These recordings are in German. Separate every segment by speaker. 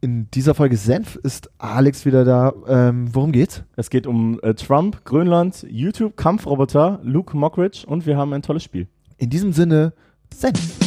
Speaker 1: In dieser Folge Senf ist Alex wieder da. Ähm, worum geht's?
Speaker 2: Es geht um äh, Trump, Grönland, YouTube, Kampfroboter, Luke Mockridge und wir haben ein tolles Spiel.
Speaker 1: In diesem Sinne, Senf.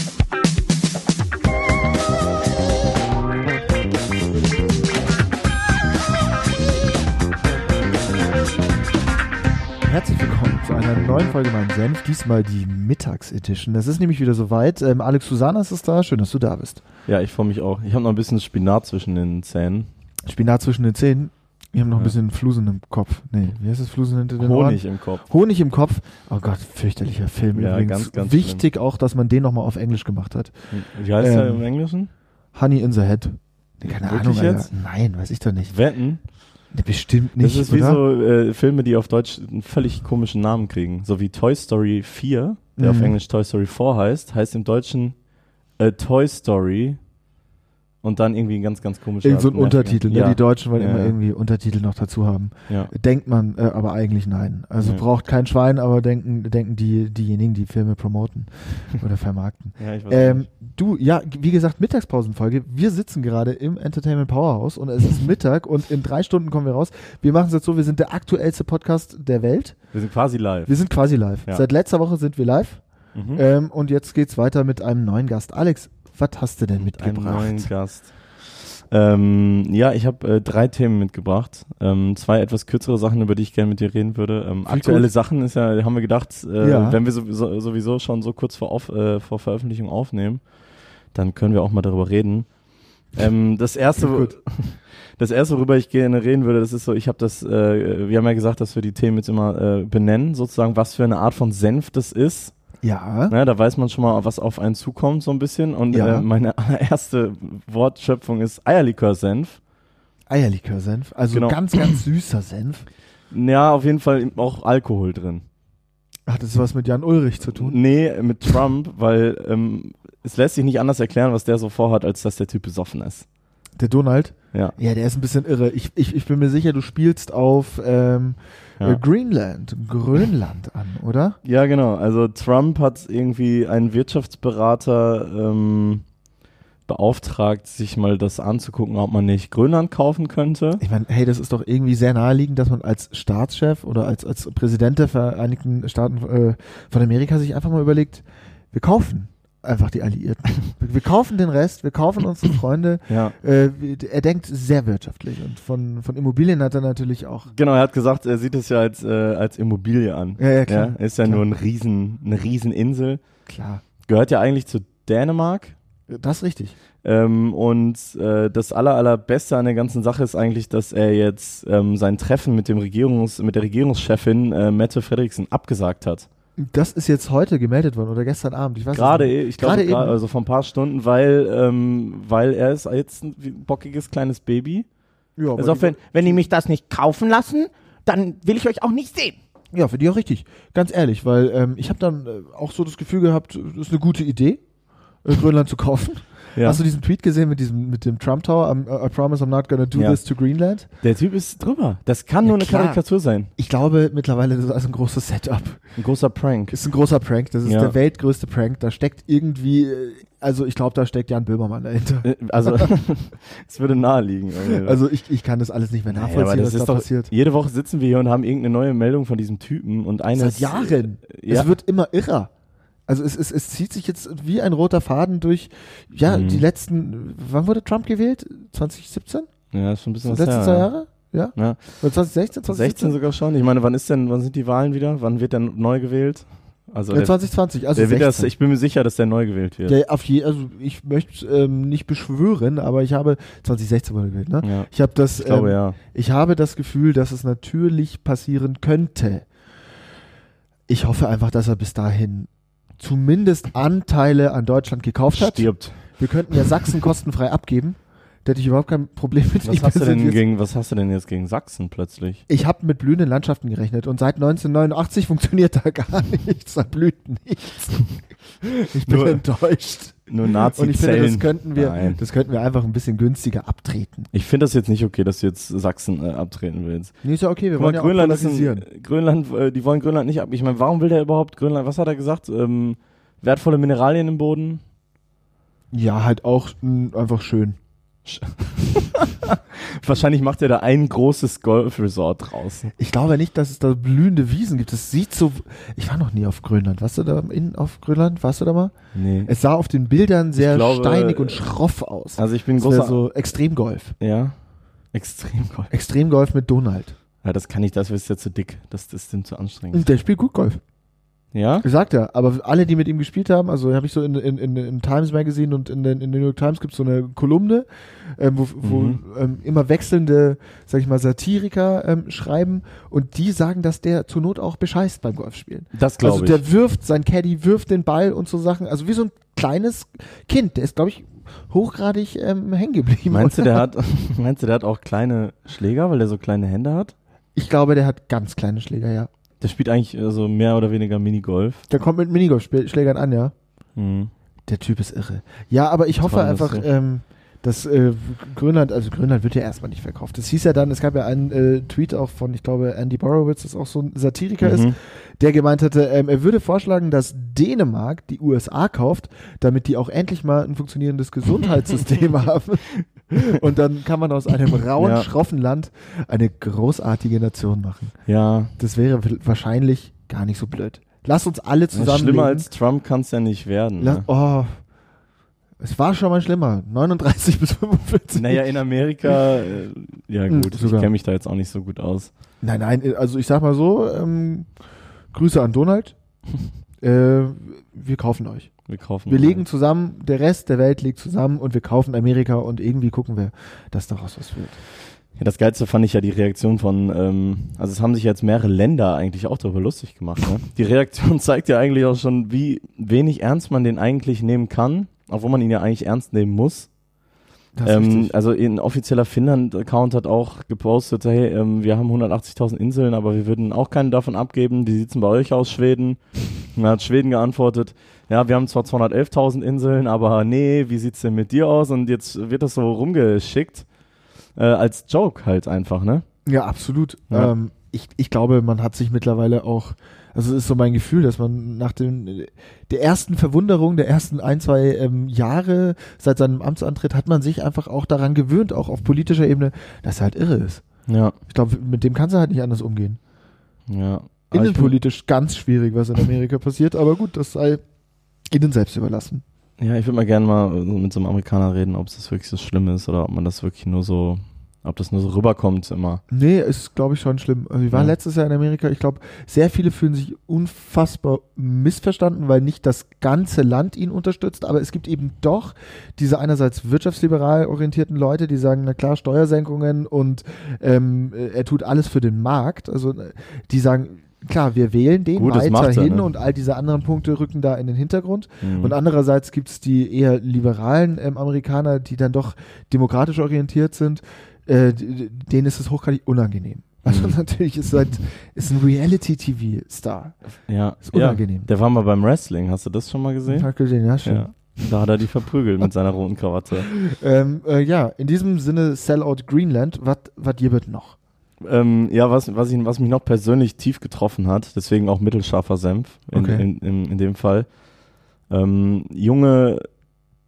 Speaker 1: Herzlich willkommen zu einer neuen Folge Mein Senf, diesmal die Mittagsedition. Es ist nämlich wieder soweit. Ähm, Alex Susanas ist da, schön, dass du da bist.
Speaker 2: Ja, ich freue mich auch. Ich habe noch ein bisschen Spinat zwischen den Zähnen.
Speaker 1: Spinat zwischen den Zähnen. Wir haben noch ein
Speaker 2: Ja.
Speaker 1: bisschen Flusen im Kopf. Nee, wie heißt das Flusen hinter den Ohren?
Speaker 2: Honig im Kopf.
Speaker 1: Honig im Kopf. Oh Gott, fürchterlicher Film
Speaker 2: Ja,
Speaker 1: übrigens.
Speaker 2: ganz, ganz
Speaker 1: Wichtig auch, dass man den nochmal auf Englisch gemacht hat.
Speaker 2: Wie heißt der
Speaker 1: Ähm.
Speaker 2: im Englischen?
Speaker 1: Honey in the Head. Nee, keine
Speaker 2: Wirklich
Speaker 1: Ahnung,
Speaker 2: jetzt?
Speaker 1: Alter. Nein, weiß ich doch nicht.
Speaker 2: Wetten?
Speaker 1: Nee, bestimmt
Speaker 2: Das
Speaker 1: nicht,
Speaker 2: ist wie
Speaker 1: oder?
Speaker 2: so äh, Filme, die auf Deutsch einen völlig komischen Namen kriegen. So wie Toy Story 4, der auf
Speaker 1: Mhm.
Speaker 2: Englisch Toy Story 4 heißt, heißt im Deutschen äh, Toy Story und dann irgendwie ein ganz, ganz komischer
Speaker 1: Irgend so ein
Speaker 2: nerviger-
Speaker 1: Untertitel, ne?
Speaker 2: Ja,
Speaker 1: Die Deutschen wollen
Speaker 2: Ja,
Speaker 1: immer
Speaker 2: ja.
Speaker 1: irgendwie Untertitel noch dazu haben.
Speaker 2: ja.
Speaker 1: Denkt man, äh, aber eigentlich nein. Also
Speaker 2: Ja.
Speaker 1: braucht kein Schwein, aber denken, denken die, diejenigen, die Filme promoten oder vermarkten.
Speaker 2: ja, ich weiß
Speaker 1: Ähm,
Speaker 2: nicht.
Speaker 1: du, ja, wie gesagt, Mittagspausenfolge. Wir sitzen gerade im Entertainment Powerhouse und es ist Mittag und in drei Stunden kommen wir raus. Wir machen es jetzt so, wir sind der aktuellste Podcast der Welt.
Speaker 2: Wir sind quasi live.
Speaker 1: Wir sind quasi live.
Speaker 2: Ja.
Speaker 1: Seit letzter Woche sind wir live
Speaker 2: Mhm.
Speaker 1: ähm, und jetzt geht's weiter mit einem neuen Gast. Alex, was hast du denn
Speaker 2: einen neuen
Speaker 1: mitgebracht?
Speaker 2: Gast. Ähm, ja, ich habe äh, drei Themen mitgebracht. Ähm, zwei etwas kürzere Sachen, über die ich gerne mit dir reden würde. Ähm,
Speaker 1: Viel
Speaker 2: aktuelle
Speaker 1: gut.
Speaker 2: Sachen ist ja, haben wir gedacht, äh,
Speaker 1: Ja.
Speaker 2: wenn wir sowieso, sowieso schon so kurz vor, auf, äh, vor Veröffentlichung aufnehmen, dann können wir auch mal darüber reden. Ähm, das erste,
Speaker 1: Klingt gut.
Speaker 2: das erste, worüber ich gerne reden würde, das ist so, ich habe das, äh, wir haben ja gesagt, dass wir die Themen jetzt immer äh, benennen, sozusagen, was für eine Art von Senf das ist.
Speaker 1: Ja.
Speaker 2: Na, Ne, da weiß man schon mal, was auf einen zukommt, so ein bisschen. Und
Speaker 1: Ja.
Speaker 2: äh, meine erste Wortschöpfung ist Eierlikör-Senf.
Speaker 1: Eierlikör-Senf, also
Speaker 2: Genau.
Speaker 1: ganz, ganz süßer Senf.
Speaker 2: Ja, auf jeden Fall auch Alkohol drin.
Speaker 1: Hat das was mit Jan Ulrich zu tun?
Speaker 2: Nee, mit Trump, weil ähm, es lässt sich nicht anders erklären, was der so vorhat, als dass der Typ besoffen ist.
Speaker 1: Der Donald?
Speaker 2: Ja.
Speaker 1: Ja, der ist ein bisschen irre. Ich, ich, ich bin mir sicher, du spielst auf ähm,
Speaker 2: Ja.
Speaker 1: äh, Greenland, Grönland an, oder?
Speaker 2: Ja, genau. Also Trump hat irgendwie einen Wirtschaftsberater ähm, beauftragt, sich mal das anzugucken, ob man nicht Grönland kaufen könnte.
Speaker 1: Ich meine, hey, das ist doch irgendwie sehr naheliegend, dass man als Staatschef oder als, als Präsident der Vereinigten Staaten äh, von Amerika sich einfach mal überlegt, wir kaufen einfach die Alliierten. Wir, wir kaufen den Rest, wir kaufen unsere Freunde.
Speaker 2: Ja.
Speaker 1: Äh, er denkt sehr wirtschaftlich und von, von Immobilien hat er natürlich auch.
Speaker 2: Genau, er hat gesagt, er sieht es ja als, äh, als Immobilie an.
Speaker 1: Ja, ja,
Speaker 2: Ja,
Speaker 1: klar.
Speaker 2: ist ja
Speaker 1: Klar.
Speaker 2: nur ein Riesen, eine Rieseninsel.
Speaker 1: Klar.
Speaker 2: Gehört ja eigentlich zu Dänemark.
Speaker 1: Das ist richtig.
Speaker 2: Ähm, und äh, das aller, allerbeste an der ganzen Sache ist eigentlich, dass er jetzt ähm, sein Treffen mit, dem Regierungs-, mit der Regierungschefin äh, Mette Frederiksen abgesagt hat.
Speaker 1: Das ist jetzt heute gemeldet worden oder gestern Abend. Ich weiß es
Speaker 2: Gerade,
Speaker 1: nicht.
Speaker 2: eh- ich glaube,
Speaker 1: Gerade
Speaker 2: gerade-
Speaker 1: eben.
Speaker 2: also vor ein paar Stunden, weil, ähm, weil er ist jetzt ein wie- bockiges kleines Baby.
Speaker 1: Ja, aber
Speaker 2: Also
Speaker 1: die-
Speaker 2: wenn, wenn die mich das nicht kaufen lassen, dann will ich euch auch nicht sehen.
Speaker 1: Ja, finde ich auch richtig. Ganz ehrlich, weil ähm, ich habe dann äh, auch so das Gefühl gehabt, äh, das ist eine gute Idee, äh, Grönland zu kaufen.
Speaker 2: Ja.
Speaker 1: Hast du diesen Tweet gesehen mit diesem mit dem Trump Tower? I'm, I promise I'm not gonna do
Speaker 2: Ja.
Speaker 1: this to Greenland.
Speaker 2: Der Typ ist drüber. Das kann
Speaker 1: Ja,
Speaker 2: nur eine
Speaker 1: klar.
Speaker 2: Karikatur sein.
Speaker 1: Ich glaube mittlerweile das ist alles ein großes Setup.
Speaker 2: Ein großer Prank.
Speaker 1: Ist ein großer Prank. Das ist
Speaker 2: Ja.
Speaker 1: der weltgrößte Prank. Da steckt irgendwie, äh, also ich glaube, da steckt Jan Böhmermann dahinter.
Speaker 2: Äh, Also, es würde naheliegen. irgendwie.
Speaker 1: Also ich, ich kann das alles nicht mehr
Speaker 2: Naja,
Speaker 1: nachvollziehen,
Speaker 2: aber
Speaker 1: was da passiert.
Speaker 2: Jede Woche sitzen wir hier und haben irgendeine neue Meldung von diesem Typen und eine
Speaker 1: Seit
Speaker 2: ist-
Speaker 1: Jahren.
Speaker 2: äh, Ja.
Speaker 1: Es wird immer irrer. Also es, es, es zieht sich jetzt wie ein roter Faden durch, ja,
Speaker 2: Mhm.
Speaker 1: die letzten, wann wurde Trump gewählt? 2017?
Speaker 2: Ja, ist schon ein bisschen
Speaker 1: Die
Speaker 2: was
Speaker 1: letzten
Speaker 2: her,
Speaker 1: zwei
Speaker 2: ja.
Speaker 1: Jahre? Ja?
Speaker 2: Ja.
Speaker 1: Oder 2016,
Speaker 2: 16
Speaker 1: 2017?
Speaker 2: sogar schon. Ich meine, wann ist denn, wann sind die Wahlen wieder? Wann wird denn neu gewählt? Also,
Speaker 1: ja,
Speaker 2: der,
Speaker 1: 2020, also
Speaker 2: der wird das,
Speaker 1: 16.
Speaker 2: ich bin mir sicher, dass der neu gewählt wird.
Speaker 1: der auf je, also ich möchte ähm, nicht beschwören, aber ich habe 2016 wurde gewählt, ne?
Speaker 2: ja.
Speaker 1: Ich habe das,
Speaker 2: Hm. Ich glaube,
Speaker 1: ähm,
Speaker 2: ja.
Speaker 1: ich habe das Gefühl, dass es natürlich passieren könnte. Ich hoffe einfach, dass er bis dahin zumindest Anteile an Deutschland gekauft hat.
Speaker 2: Stirbt.
Speaker 1: Wir könnten ja Sachsen kostenfrei abgeben. Da hätte ich überhaupt kein Problem mit.
Speaker 2: Was
Speaker 1: Ich
Speaker 2: hast, du
Speaker 1: persönlich
Speaker 2: denn
Speaker 1: jetzt-
Speaker 2: gegen, was hast du denn jetzt gegen Sachsen plötzlich?
Speaker 1: Ich habe mit blühenden Landschaften gerechnet und seit 1989 funktioniert da gar nichts. Da blüht nichts. Ich bin
Speaker 2: Nur-
Speaker 1: enttäuscht.
Speaker 2: Nur Nazi-Zellen.
Speaker 1: Und ich finde, das könnten, wir,
Speaker 2: Nein.
Speaker 1: das könnten wir einfach ein bisschen günstiger abtreten.
Speaker 2: Ich finde das jetzt nicht okay, dass du jetzt Sachsen äh, abtreten willst.
Speaker 1: Nee, ist ja okay, wir
Speaker 2: Guck mal,
Speaker 1: wollen ja
Speaker 2: Grönland
Speaker 1: auch
Speaker 2: ist
Speaker 1: polarisieren.
Speaker 2: ein, Grönland, äh, die wollen Grönland nicht ab. Ich meine, warum will der überhaupt Grönland? Was hat er gesagt? Ähm, wertvolle Mineralien im Boden?
Speaker 1: Ja, halt auch mh, einfach mm, schön.
Speaker 2: Sch- wahrscheinlich macht er da ein großes Golfresort draus.
Speaker 1: Ich glaube nicht, dass es da blühende Wiesen gibt. Es sieht so. Ich war noch nie auf Grönland. Warst du da in, auf Grönland? Warst du da mal?
Speaker 2: Nee.
Speaker 1: Es sah auf den Bildern sehr
Speaker 2: glaube,
Speaker 1: steinig und
Speaker 2: äh,
Speaker 1: schroff aus.
Speaker 2: Also ich bin
Speaker 1: das wäre
Speaker 2: großer.
Speaker 1: so Extremgolf.
Speaker 2: ja. Extrem Golf.
Speaker 1: Extremgolf mit Donald.
Speaker 2: Ja, das kann ich, das ist ja zu dick. Das, das ist dem zu anstrengend.
Speaker 1: Und der spielt gut Golf.
Speaker 2: Ja?
Speaker 1: Sagt er. Aber alle, die mit ihm gespielt haben, also habe ich so in, in, in, im Times Magazine und in, den in der New York Times gibt es so eine Kolumne, ähm, wo, wo
Speaker 2: Mhm.
Speaker 1: ähm, immer wechselnde, sag ich mal, Satiriker ähm, schreiben und die sagen, dass der zur Not auch bescheißt beim Golfspielen.
Speaker 2: Das glaube
Speaker 1: Also
Speaker 2: ich.
Speaker 1: der wirft, sein Caddy wirft den Ball und so Sachen. Also wie so ein kleines Kind. Der ist, glaube ich, hochgradig ähm, hängen geblieben.
Speaker 2: Meinst du, der hat, meinst du, der hat auch kleine Schläger, weil er so kleine Hände hat?
Speaker 1: Ich glaube, der hat ganz kleine Schläger, ja.
Speaker 2: Der spielt eigentlich äh, so mehr oder weniger Minigolf.
Speaker 1: Der kommt mit Minigolf-Schlägern an, ja.
Speaker 2: Mhm.
Speaker 1: Der Typ ist irre. Ja, aber ich hoffe
Speaker 2: Toll, das
Speaker 1: einfach,
Speaker 2: ist
Speaker 1: ähm, dass äh, Grönland, also Grönland wird ja erstmal nicht verkauft. Das hieß ja dann, es gab ja einen äh, Tweet auch von, ich glaube, Andy Borowitz, das auch so ein Satiriker ist,
Speaker 2: Mhm.
Speaker 1: der gemeint hatte, ähm, er würde vorschlagen, dass Dänemark die USA kauft, damit die auch endlich mal ein funktionierendes Gesundheitssystem haben. Und dann kann man aus einem rauen,
Speaker 2: Ja.
Speaker 1: schroffen Land eine großartige Nation machen.
Speaker 2: Ja.
Speaker 1: Das wäre w- wahrscheinlich gar nicht so blöd. Lasst uns alle zusammen.
Speaker 2: Schlimmer als Trump kann es ja nicht werden.
Speaker 1: La
Speaker 2: Ne?
Speaker 1: oh. Es war schon mal schlimmer. 39 bis 45.
Speaker 2: Naja, in Amerika, äh, ja
Speaker 1: Mhm,
Speaker 2: gut, ich
Speaker 1: sogar.
Speaker 2: kenne mich da jetzt auch nicht so gut aus.
Speaker 1: Nein, nein, also ich sag mal so, ähm, Grüße an Donald. äh, wir kaufen euch.
Speaker 2: Wir kaufen.
Speaker 1: Wir
Speaker 2: mal.
Speaker 1: legen zusammen, der Rest der Welt legt zusammen und wir kaufen Amerika und irgendwie gucken wir, dass daraus was wird.
Speaker 2: Ja, das Geilste fand ich ja die Reaktion von, ähm, also es haben sich jetzt mehrere Länder eigentlich auch darüber lustig gemacht. Ne? Die Reaktion zeigt ja eigentlich auch schon, wie wenig ernst man den eigentlich nehmen kann, obwohl man ihn ja eigentlich ernst nehmen muss.
Speaker 1: Das ist
Speaker 2: Ähm,
Speaker 1: richtig.
Speaker 2: also ein offizieller Finnland-Account hat auch gepostet, hey, ähm, wir haben 180.000 Inseln, aber wir würden auch keine davon abgeben. Wie sieht's denn bei euch aus, Schweden? Und dann hat Schweden geantwortet, ja, wir haben zwar 211.000 Inseln, aber nee, wie sieht's denn mit dir aus? Und jetzt wird das so rumgeschickt. Äh, als Joke halt einfach, ne?
Speaker 1: Ja, absolut.
Speaker 2: Ja.
Speaker 1: Ähm, ich, ich glaube, man hat sich mittlerweile auch, also es ist so mein Gefühl, dass man nach dem, der ersten Verwunderung der ersten ein, zwei ähm, Jahre seit seinem Amtsantritt hat man sich einfach auch daran gewöhnt, auch auf politischer Ebene, dass er halt irre ist.
Speaker 2: Ja.
Speaker 1: Ich glaube, mit dem kannst du halt nicht anders umgehen.
Speaker 2: ja. Aber ich bin-
Speaker 1: Innenpolitisch ganz schwierig, was in Amerika passiert, aber gut, das sei ihnen selbst überlassen.
Speaker 2: Ja, ich würde mal gerne mal so mit so einem Amerikaner reden, ob das wirklich so schlimm ist oder ob man das wirklich nur so, ob das nur so rüberkommt immer.
Speaker 1: Nee, ist, glaube ich, schon schlimm. Also ich war
Speaker 2: Ja.
Speaker 1: letztes Jahr in Amerika. Ich glaube, sehr viele fühlen sich unfassbar missverstanden, weil nicht das ganze Land ihn unterstützt. Aber es gibt eben doch diese einerseits wirtschaftsliberal orientierten Leute, die sagen, na klar, Steuersenkungen und ähm, äh, er tut alles für den Markt. Also äh, die sagen, klar, wir wählen den
Speaker 2: Gut, das macht er,
Speaker 1: weiterhin
Speaker 2: ne?
Speaker 1: und all diese anderen Punkte rücken da in den Hintergrund.
Speaker 2: Mhm.
Speaker 1: Und andererseits gibt's die eher liberalen ähm, Amerikaner, die dann doch demokratisch orientiert sind, äh, d- d- denen ist es hochgradig unangenehm. Also
Speaker 2: Mhm.
Speaker 1: natürlich ist halt, ist ein Reality-TV-Star.
Speaker 2: ja,
Speaker 1: Ist
Speaker 2: ja.
Speaker 1: unangenehm.
Speaker 2: Der war mal beim Wrestling, hast du das schon mal
Speaker 1: Ja.
Speaker 2: gesehen?
Speaker 1: Tag gesehen, ja, schön.
Speaker 2: Ja. Da hat er die verprügelt mit seiner roten Krawatte.
Speaker 1: Ähm, äh, ja, in diesem Sinne Sellout Greenland, was wird noch?
Speaker 2: Ähm, ja, was, was, ich, was mich noch persönlich tief getroffen hat, deswegen auch mittelscharfer Senf in,
Speaker 1: Okay.
Speaker 2: in, in, in dem Fall. Ähm, junge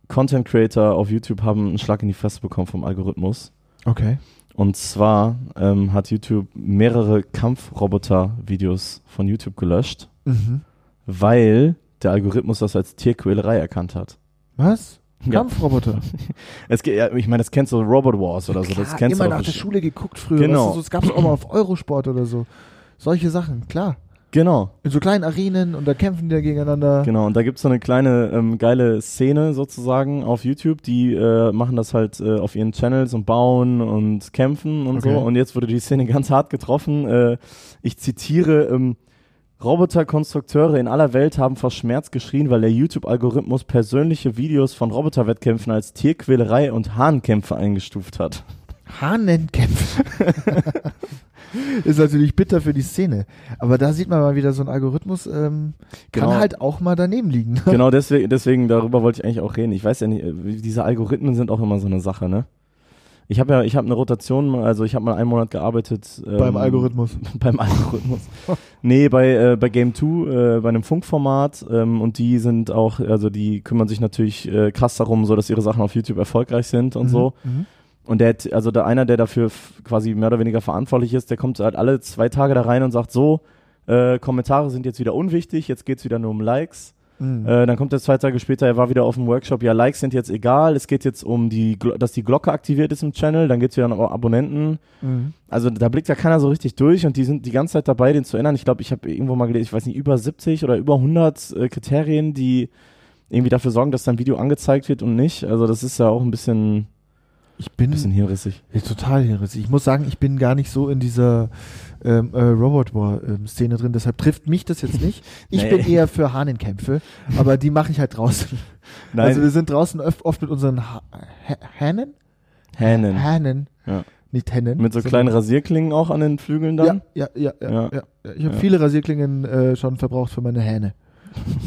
Speaker 2: Content Creator auf YouTube haben einen Schlag in die Fresse bekommen vom Algorithmus.
Speaker 1: Okay.
Speaker 2: Und zwar ähm, hat YouTube mehrere Kampfroboter-Videos von YouTube gelöscht,
Speaker 1: Mhm.
Speaker 2: weil der Algorithmus das als Tierquälerei erkannt hat.
Speaker 1: Was?
Speaker 2: Ja.
Speaker 1: Kampfroboter.
Speaker 2: Es, geht- ja, ich meine, das kennst du Robot Wars oder so. das
Speaker 1: Klar,
Speaker 2: kennst
Speaker 1: immer
Speaker 2: du
Speaker 1: nach
Speaker 2: doch
Speaker 1: der Schule geguckt früher.
Speaker 2: Genau.
Speaker 1: Weißt du, so, das gab's auch mal auf Eurosport oder so. Solche Sachen, klar.
Speaker 2: Genau.
Speaker 1: In so kleinen Arenen und da kämpfen die da gegeneinander.
Speaker 2: Genau, und da gibt's so eine kleine ähm, geile Szene sozusagen auf YouTube. Die äh, machen das halt äh, auf ihren Channels und bauen und kämpfen und so.
Speaker 1: Okay.
Speaker 2: Und jetzt wurde die Szene ganz hart getroffen. Äh, ich zitiere, ähm, Roboterkonstrukteure in aller Welt haben vor Schmerz geschrien, weil der YouTube-Algorithmus persönliche Videos von Roboterwettkämpfen als Tierquälerei und Hahnkämpfe eingestuft hat.
Speaker 1: Hahnenkämpfe. ist natürlich bitter für die Szene. Aber da sieht man mal wieder, so ein Algorithmus ähm,
Speaker 2: Genau.
Speaker 1: kann halt auch mal daneben liegen.
Speaker 2: genau deswegen, deswegen, darüber wollte ich eigentlich auch reden. Ich weiß ja nicht, äh, wie- diese Algorithmen sind auch immer so eine Sache, ne? Ich habe ja, ich habe eine Rotation, also ich habe mal einen Monat gearbeitet. ähm,
Speaker 1: Beim Algorithmus.
Speaker 2: Beim Algorithmus. nee, bei, äh, bei Game 2, äh, bei einem Funkformat ähm, und die sind auch, also die kümmern sich natürlich äh, krass darum, so dass ihre Sachen auf YouTube erfolgreich sind und so.
Speaker 1: Mhm.
Speaker 2: Und der, hätte- also der einer, der dafür f- quasi mehr oder weniger verantwortlich ist, der kommt halt alle zwei Tage da rein und sagt so, äh, Kommentare sind jetzt wieder unwichtig, jetzt geht's wieder nur um Likes.
Speaker 1: Mhm.
Speaker 2: Äh, dann kommt er zwei Tage später, er war wieder auf dem Workshop, ja, Likes sind jetzt egal, es geht jetzt um die, Glo- dass die Glocke aktiviert ist im Channel, dann geht's wieder um Abonnenten.
Speaker 1: Mhm.
Speaker 2: Also da blickt ja keiner so richtig durch und die sind die ganze Zeit dabei, den zu ändern. Ich glaube, ich habe irgendwo mal gelesen, ich weiß nicht, über 70 oder über 100 äh, Kriterien, die irgendwie dafür sorgen, dass dein Video angezeigt wird und nicht. Also das ist ja auch ein bisschen,
Speaker 1: Ich bin
Speaker 2: bisschen hirnrissig.
Speaker 1: Ja, total hirnrissig. Ich muss sagen, ich bin gar nicht so in dieser ähm, äh, Robot War-Szene drin, deshalb trifft mich das jetzt nicht. Ich
Speaker 2: Nee.
Speaker 1: bin eher für Hahnenkämpfe, aber die mache ich halt draußen.
Speaker 2: Nein,
Speaker 1: Also wir sind draußen öf- oft mit unseren ha Hä- Hähnen?
Speaker 2: Hähnen.
Speaker 1: Hähnen.
Speaker 2: Ja.
Speaker 1: Nicht Hennen.
Speaker 2: Mit so kleinen Rasierklingen auch an den Flügeln dann.
Speaker 1: Also Ja, ja, ja, ja.
Speaker 2: Ja.
Speaker 1: ja, ja. Ich habe
Speaker 2: Ja.
Speaker 1: viele Rasierklingen äh, schon verbraucht für meine Hähne.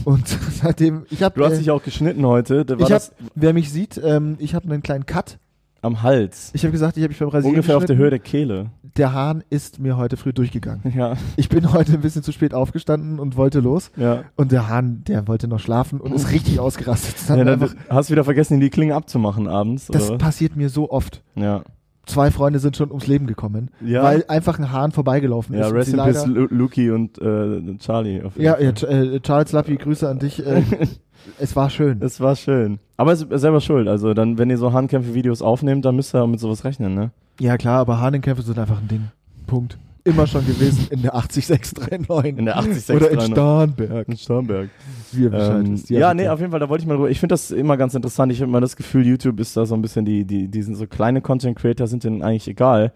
Speaker 1: Und seitdem, ich habe,
Speaker 2: Du hast
Speaker 1: äh,
Speaker 2: dich auch geschnitten heute. Da war
Speaker 1: ich hab,
Speaker 2: das
Speaker 1: wer mich sieht, ähm, ich habe einen kleinen Cut.
Speaker 2: am Hals.
Speaker 1: Ich habe gesagt, ich habe mich beim Rasieren
Speaker 2: Ungefähr auf der
Speaker 1: geschnitten.
Speaker 2: Höhe der Kehle.
Speaker 1: Der Hahn ist mir heute früh durchgegangen.
Speaker 2: Ja,
Speaker 1: Ich bin heute ein bisschen zu spät aufgestanden und wollte los.
Speaker 2: ja.
Speaker 1: Und der Hahn, der wollte noch schlafen und ist richtig ausgerastet. Das, hat
Speaker 2: ja
Speaker 1: mir
Speaker 2: dann
Speaker 1: einfach,
Speaker 2: hast du wieder vergessen, die Klingen abzumachen abends.
Speaker 1: das
Speaker 2: oder?
Speaker 1: passiert mir so oft.
Speaker 2: Ja.
Speaker 1: Zwei Freunde sind schon ums Leben gekommen,
Speaker 2: Ja.
Speaker 1: weil einfach ein Hahn vorbeigelaufen
Speaker 2: Ja,
Speaker 1: ist. und
Speaker 2: Rest
Speaker 1: sie
Speaker 2: in Peace,
Speaker 1: leider-
Speaker 2: Lu Luki und äh, Charlie. Auf jeden
Speaker 1: ja,
Speaker 2: Fall.
Speaker 1: ja Ch- äh, Charles Lappi, Grüße an dich. Äh, es war schön.
Speaker 2: Es war schön. Aber es ist selber schuld. Also dann, wenn ihr so Handkämpfe-Videos aufnehmt, dann müsst ihr mit sowas rechnen, ne?
Speaker 1: Ja klar, aber Hahnenkämpfe sind einfach ein Ding. Punkt. Immer schon gewesen in der 80639.
Speaker 2: In der 80639.
Speaker 1: Oder in Starnberg.
Speaker 2: In Starnberg.
Speaker 1: Wie ihr Bescheid
Speaker 2: Ähm,
Speaker 1: wisst.
Speaker 2: ja, nee,
Speaker 1: bitte.
Speaker 2: auf jeden Fall, da wollte ich mal drüber. Ich finde das immer ganz interessant. Ich habe immer das Gefühl, YouTube ist da so ein bisschen die, die, die sind so kleine Content Creator sind denen eigentlich egal.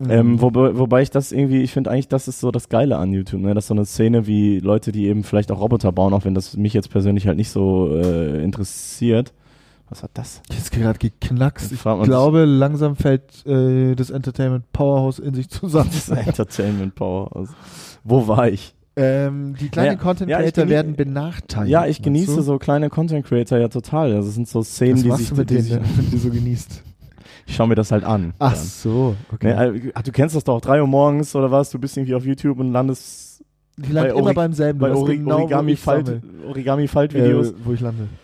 Speaker 1: Mhm.
Speaker 2: Ähm, wobei, wobei ich das irgendwie, ich finde eigentlich, das ist so das Geile an YouTube, ne? Dass so eine Szene wie Leute, die eben vielleicht auch Roboter bauen, auch wenn das mich jetzt persönlich halt nicht so äh, interessiert. Was hat das?
Speaker 1: Jetzt gerade geknackst.
Speaker 2: Dann
Speaker 1: Ich
Speaker 2: fragt man
Speaker 1: glaube, langsam fällt äh, das Entertainment Powerhouse in sich zusammen.
Speaker 2: Das ist Entertainment Power. Also, wo war ich?
Speaker 1: ähm, die kleinen
Speaker 2: Naja,
Speaker 1: Content
Speaker 2: ja, ich
Speaker 1: Creator
Speaker 2: genie-
Speaker 1: werden benachteiligt.
Speaker 2: Ja, ich
Speaker 1: Ah, meinst
Speaker 2: genieße
Speaker 1: du?
Speaker 2: so kleine Content Creator ja total. Also, das sind so Szenen,
Speaker 1: Was
Speaker 2: die
Speaker 1: machst
Speaker 2: sich,
Speaker 1: du mit
Speaker 2: die
Speaker 1: denen,
Speaker 2: sich
Speaker 1: denn, wenn du so genießt?
Speaker 2: ich schaue mir das halt an.
Speaker 1: Ach
Speaker 2: dann.
Speaker 1: so, okay.
Speaker 2: Ne, äh, ach, du kennst das doch, 3 Uhr morgens oder was, du bist irgendwie auf YouTube und landest
Speaker 1: ich lande
Speaker 2: bei
Speaker 1: immer
Speaker 2: Ori-
Speaker 1: beim selben.
Speaker 2: bei
Speaker 1: du weißt
Speaker 2: Ori
Speaker 1: genau, wo ich
Speaker 2: Origami-Falt-
Speaker 1: sammle.
Speaker 2: Origami-Falt-Videos.
Speaker 1: Äh, wo ich lande.